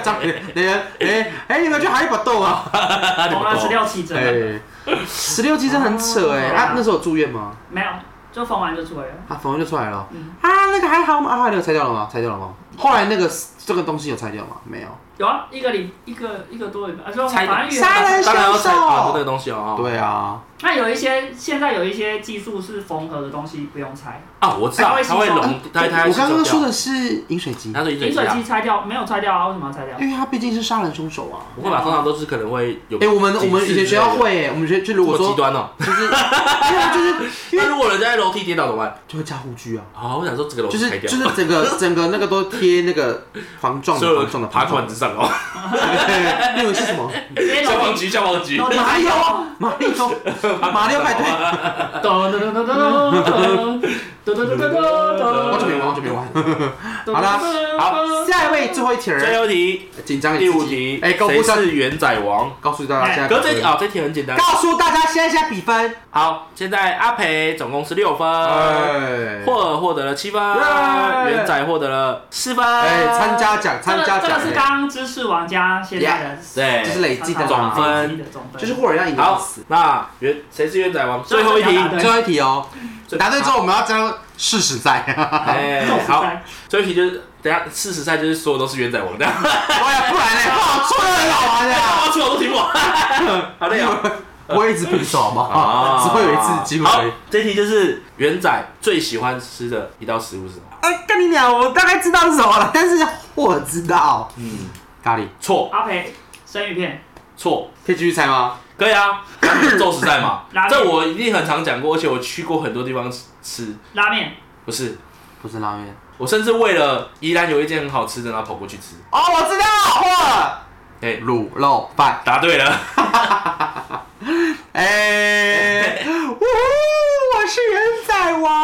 Speaker 1: 张哎哎哎，你们去哈利波特
Speaker 2: 哦
Speaker 1: 啊？
Speaker 2: 哈利
Speaker 3: 缝
Speaker 2: 波
Speaker 3: 了十
Speaker 2: 特，
Speaker 3: 六七针，
Speaker 1: 哎，十六级真的很扯哎，
Speaker 3: 哦
Speaker 1: 他那时候有住院吗？
Speaker 3: 没有，就缝完就出来了。
Speaker 1: 啊，粉红就出来了。
Speaker 3: 嗯
Speaker 1: 啊，那个还好吗？啊，那个拆掉了吗？拆掉了吗？后来那个这个东西有拆掉吗？没有。
Speaker 3: 有啊，一个礼一个一个多礼拜，啊就
Speaker 2: 拆
Speaker 3: 反正原
Speaker 1: 杀人
Speaker 2: 当然要
Speaker 1: 销
Speaker 2: 猜
Speaker 1: 售
Speaker 2: 啊那个东西哦，
Speaker 1: 对啊，
Speaker 3: 那有一些现在有一些技术是缝合的东西不用拆，
Speaker 2: 啊，我知道，
Speaker 3: 哎
Speaker 2: 它会融，它它
Speaker 1: 我刚刚说
Speaker 2: 的，
Speaker 1: 的是饮水机，
Speaker 2: 它是饮水
Speaker 3: 饮
Speaker 2: 机
Speaker 3: 水
Speaker 2: 啊
Speaker 3: 机，拆掉没有拆掉啊？为什么要 拆掉？
Speaker 1: 因为他毕竟是杀人凶手啊。
Speaker 2: 我
Speaker 3: 嗯
Speaker 2: 会把通常都是可能会有，
Speaker 1: 哎，我们我们以前学校会欸，我们学就
Speaker 2: 这
Speaker 1: 如
Speaker 2: 么
Speaker 1: 果
Speaker 2: 极
Speaker 1: 说
Speaker 2: 端哦，
Speaker 1: 就是，没有就是因
Speaker 2: 那
Speaker 1: 为
Speaker 2: 如果人家在楼梯跌倒怎么办？
Speaker 1: 就会加护具啊，
Speaker 2: 啊，我想说这个楼
Speaker 1: 就
Speaker 2: 梯
Speaker 1: 是
Speaker 2: 拆掉
Speaker 1: 就，是整个整个那个都贴那个防撞
Speaker 2: 所
Speaker 1: 的
Speaker 2: 有
Speaker 1: 防撞的
Speaker 2: 人爬
Speaker 1: 防撞
Speaker 2: 管子上哦，
Speaker 1: 的。你以为是什么？
Speaker 3: 直接
Speaker 2: 消
Speaker 3: 哎楼
Speaker 2: 防
Speaker 3: 梯，
Speaker 2: 局消防局，
Speaker 3: 楼梯
Speaker 1: 马里奥，马里奥，马里奥派对。
Speaker 3: 噔噔噔噔噔噔噔噔噔噔
Speaker 1: 好久
Speaker 3: 噔
Speaker 1: 没玩，好久没玩。
Speaker 3: 噔。
Speaker 1: 好啦好，下一位最后一题
Speaker 2: 最
Speaker 1: 儿，哎
Speaker 2: 后题，
Speaker 1: 紧张一
Speaker 2: 第
Speaker 1: 点。
Speaker 2: 五题，
Speaker 1: 哎公布
Speaker 2: 谁
Speaker 1: 上
Speaker 2: 是元仔王？
Speaker 1: 告诉大家现在
Speaker 2: 可是这题啊，这题很简单。
Speaker 1: 告诉大家现在现在比分，
Speaker 2: 好，现在阿培总共是六分，
Speaker 1: 哎
Speaker 2: 霍尔呃获得了七分，
Speaker 1: 耶
Speaker 2: 元仔获得了四分。
Speaker 1: 哎，参加奖，
Speaker 3: 这
Speaker 1: 参
Speaker 3: 个
Speaker 1: 加
Speaker 3: 这
Speaker 1: 奖
Speaker 3: 个，是刚刚知识玩家现在的，
Speaker 1: 哎
Speaker 2: 对，
Speaker 1: 就是累积的
Speaker 2: 总分
Speaker 1: 嘛，
Speaker 3: 总分
Speaker 1: 就是霍尔要赢到
Speaker 2: 好
Speaker 1: 死。，
Speaker 2: 那元谁是元仔王？最后一题，
Speaker 3: 对
Speaker 1: 最后一题哦，
Speaker 2: 最
Speaker 1: 答对之后我们要将事实在，
Speaker 2: 哎，
Speaker 3: 好
Speaker 2: 好，，最后一题就是等一下四十赛就是所有都是元仔王的，
Speaker 1: 哎呀，不然呢，不好错了，老王 呀，
Speaker 2: 我出我都听不完。好 累哦。
Speaker 1: 不会一直平手好不
Speaker 2: 啊
Speaker 1: 好？只会有一次机
Speaker 2: 好
Speaker 1: 会。，
Speaker 2: 这题就是元仔最喜欢吃的一道食物是什么？
Speaker 1: 哎，跟你讲，我大概知道是什么了，但是我知道
Speaker 2: 嗯，
Speaker 1: 咖喱，
Speaker 2: 错
Speaker 3: 阿培生鱼片，
Speaker 2: 错，
Speaker 1: 可以继续猜吗？
Speaker 2: 可以啊，那就是宙斯在嘛
Speaker 3: 拉，面
Speaker 2: 这我一定很常讲过，而且我去过很多地方吃，
Speaker 3: 拉面，
Speaker 2: 不是，
Speaker 1: 不是拉面。
Speaker 2: 我甚至为了宜兰有一间很好吃的，然后跑过去吃，
Speaker 1: 哦，我知道，哇，
Speaker 2: 哎
Speaker 1: 卤肉饭，
Speaker 2: 答对了，
Speaker 1: 哎，呜呼，我是元仔王。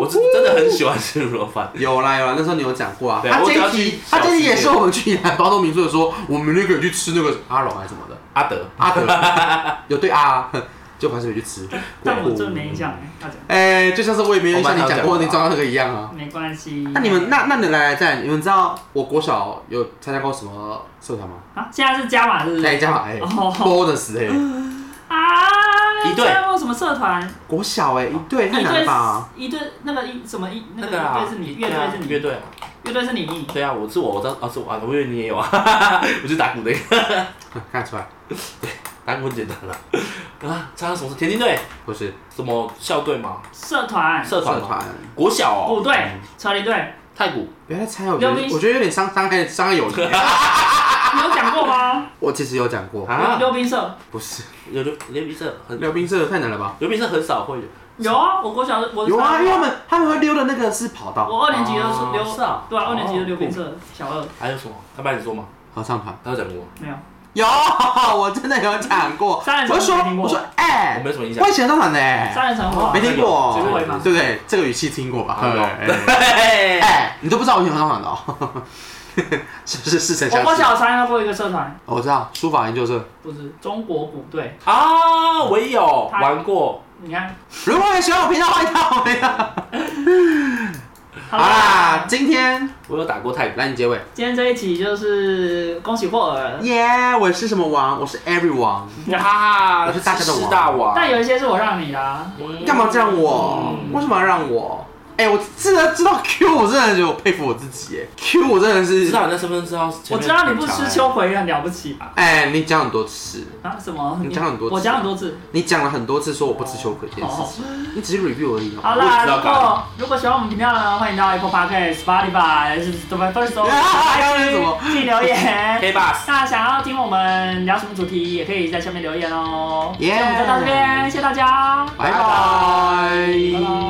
Speaker 2: 我是真的很喜欢吃卤肉饭，
Speaker 1: 有啦有啦，那时候你有讲过啊。
Speaker 2: 对
Speaker 1: 他
Speaker 2: 我
Speaker 1: 这
Speaker 2: 只要
Speaker 1: 一
Speaker 2: 去
Speaker 1: 题，
Speaker 2: 小
Speaker 1: 他这一题
Speaker 2: 吃
Speaker 1: 也
Speaker 2: 店
Speaker 1: 是我们去南包东民宿的说，我们那个人去吃那个阿龙还是什么 的，
Speaker 2: 阿德，
Speaker 1: 阿德有对阿， 就还是没去吃。
Speaker 3: 但我真没印象，大家
Speaker 1: 哎，就像是我也没有
Speaker 2: 我
Speaker 1: 像
Speaker 2: 蛮
Speaker 1: 你
Speaker 2: 常
Speaker 1: 讲
Speaker 2: 讲
Speaker 1: 过
Speaker 2: 的
Speaker 1: 那
Speaker 2: 啊
Speaker 1: 张那个一样啊。
Speaker 3: 没关系。
Speaker 1: 那你们那那你来来再，你们知道我国小有参加过什么社团吗？
Speaker 3: 啊，现在是加码是不
Speaker 1: 来一
Speaker 3: 是？
Speaker 1: 家嘛，哎
Speaker 3: 哦
Speaker 1: ，bonus 哎。
Speaker 3: 啊，有什么社团？
Speaker 1: 国小哎、欸，一对
Speaker 3: 一
Speaker 1: 太难了吧？
Speaker 3: 一对那个一什么一那
Speaker 2: 那
Speaker 3: 个
Speaker 2: 个啊
Speaker 3: 一对是，你，乐
Speaker 2: 对啊
Speaker 3: 队是
Speaker 2: 乐
Speaker 3: 你，
Speaker 2: 队啊，
Speaker 3: 乐队是你。
Speaker 2: 对啊，我是我，我知道啊是我啊，我以为你也有 啊，我是打鼓的，
Speaker 1: 看得出来，
Speaker 2: 打鼓很简单了，啊，参加什么田径队，
Speaker 1: 不是
Speaker 2: 什么校队吗？
Speaker 3: 社团、
Speaker 2: 社啊团
Speaker 1: 社
Speaker 2: 吗？
Speaker 1: 团。
Speaker 2: 国小
Speaker 3: 舞
Speaker 2: 哦，
Speaker 3: 队、车力队，
Speaker 2: 太鼓，
Speaker 1: 不要再猜，我觉得
Speaker 3: 溜冰
Speaker 1: 我觉得有点伤伤害伤害 友谊。
Speaker 3: 你有讲过吗？
Speaker 1: 我其实有讲过，
Speaker 2: 啊，
Speaker 3: 溜冰社
Speaker 1: 不是
Speaker 2: 有流流鼻社很，
Speaker 1: 溜冰社太难了吧？
Speaker 2: 流鼻社很少会有，
Speaker 3: 有啊，我国小我是
Speaker 1: 有啊，
Speaker 3: 参加
Speaker 1: 因为他们他们会溜的那个是跑道
Speaker 3: 我二年级的时候
Speaker 2: 哦
Speaker 3: 溜，
Speaker 2: 是啊
Speaker 3: 对啊，二年级
Speaker 2: 哦
Speaker 3: 的溜冰社小二
Speaker 2: 还有什么？要不然你说嘛，
Speaker 1: 合唱团，
Speaker 2: 他有讲过，
Speaker 3: 没有，
Speaker 1: 有 我真的有讲过。
Speaker 3: 三人
Speaker 1: 我就说
Speaker 3: 成虎没听过
Speaker 1: 我说哎
Speaker 2: 我，没什么印象
Speaker 1: 我。以前合唱团的欸，
Speaker 3: 三人成啊虎
Speaker 1: 没听过
Speaker 2: 这
Speaker 3: 这
Speaker 2: 个
Speaker 3: 个
Speaker 2: 我
Speaker 3: 我
Speaker 2: 也
Speaker 3: 也
Speaker 2: 蛮
Speaker 3: 蛮
Speaker 1: 对不对？这个语气听过吧？
Speaker 2: 好有
Speaker 1: 哎哎，哎
Speaker 2: 哎，
Speaker 1: 哎你都不知道我以前合唱团的哦， 是不是似曾
Speaker 3: 我
Speaker 1: 相
Speaker 3: 国
Speaker 1: 识？
Speaker 3: 小参加过一个社团，
Speaker 1: 哦我知道书法研究社。
Speaker 3: 不是中国鼓队，
Speaker 2: 啊，我也有
Speaker 3: 他
Speaker 2: 玩过，
Speaker 3: 你看
Speaker 1: 如果你喜欢我频道，欢迎到我频道。好啦，今天
Speaker 2: 我有打过泰国，
Speaker 1: 来你结尾。
Speaker 3: 今天这一集就是恭喜 霍尔，
Speaker 1: 耶、我是什么王？我是 every 王。
Speaker 2: 哈哈，
Speaker 1: 我是大家的王
Speaker 2: 是大王，
Speaker 3: 但有一些是我让你啊啦。
Speaker 1: 干嘛这样我？
Speaker 2: 嗯
Speaker 1: 为什么要让我？哎、我真的知道 Q，我真的就佩服我自己。哎，Q 我真的
Speaker 2: 知
Speaker 1: 是，
Speaker 2: 道你那身份证号，
Speaker 3: 我知道你不
Speaker 2: 哎
Speaker 3: 吃秋葵很了不起吧？
Speaker 1: 哎、你讲很多次，
Speaker 3: 啊什么？
Speaker 1: 你讲很多次
Speaker 3: 我讲很多次。
Speaker 1: 你讲了很多次说我不吃秋葵这件事情，你只是 review 而已哦。
Speaker 3: 好
Speaker 2: 我
Speaker 3: 啦，
Speaker 2: 知道
Speaker 3: 如
Speaker 2: 干
Speaker 3: 果
Speaker 2: 嘛
Speaker 3: 如果喜欢我们频道呢，欢迎到 Apple Podcast、Spotify、什么 First Story
Speaker 1: 刚刚是什么
Speaker 3: IG 记留言。
Speaker 2: 黑 bus。
Speaker 3: 那想要听我们聊什么主题，也可以在下面留言哦。
Speaker 1: Yeah
Speaker 3: 那我们就到这边，谢谢大家，
Speaker 1: 拜拜。
Speaker 3: 拜拜。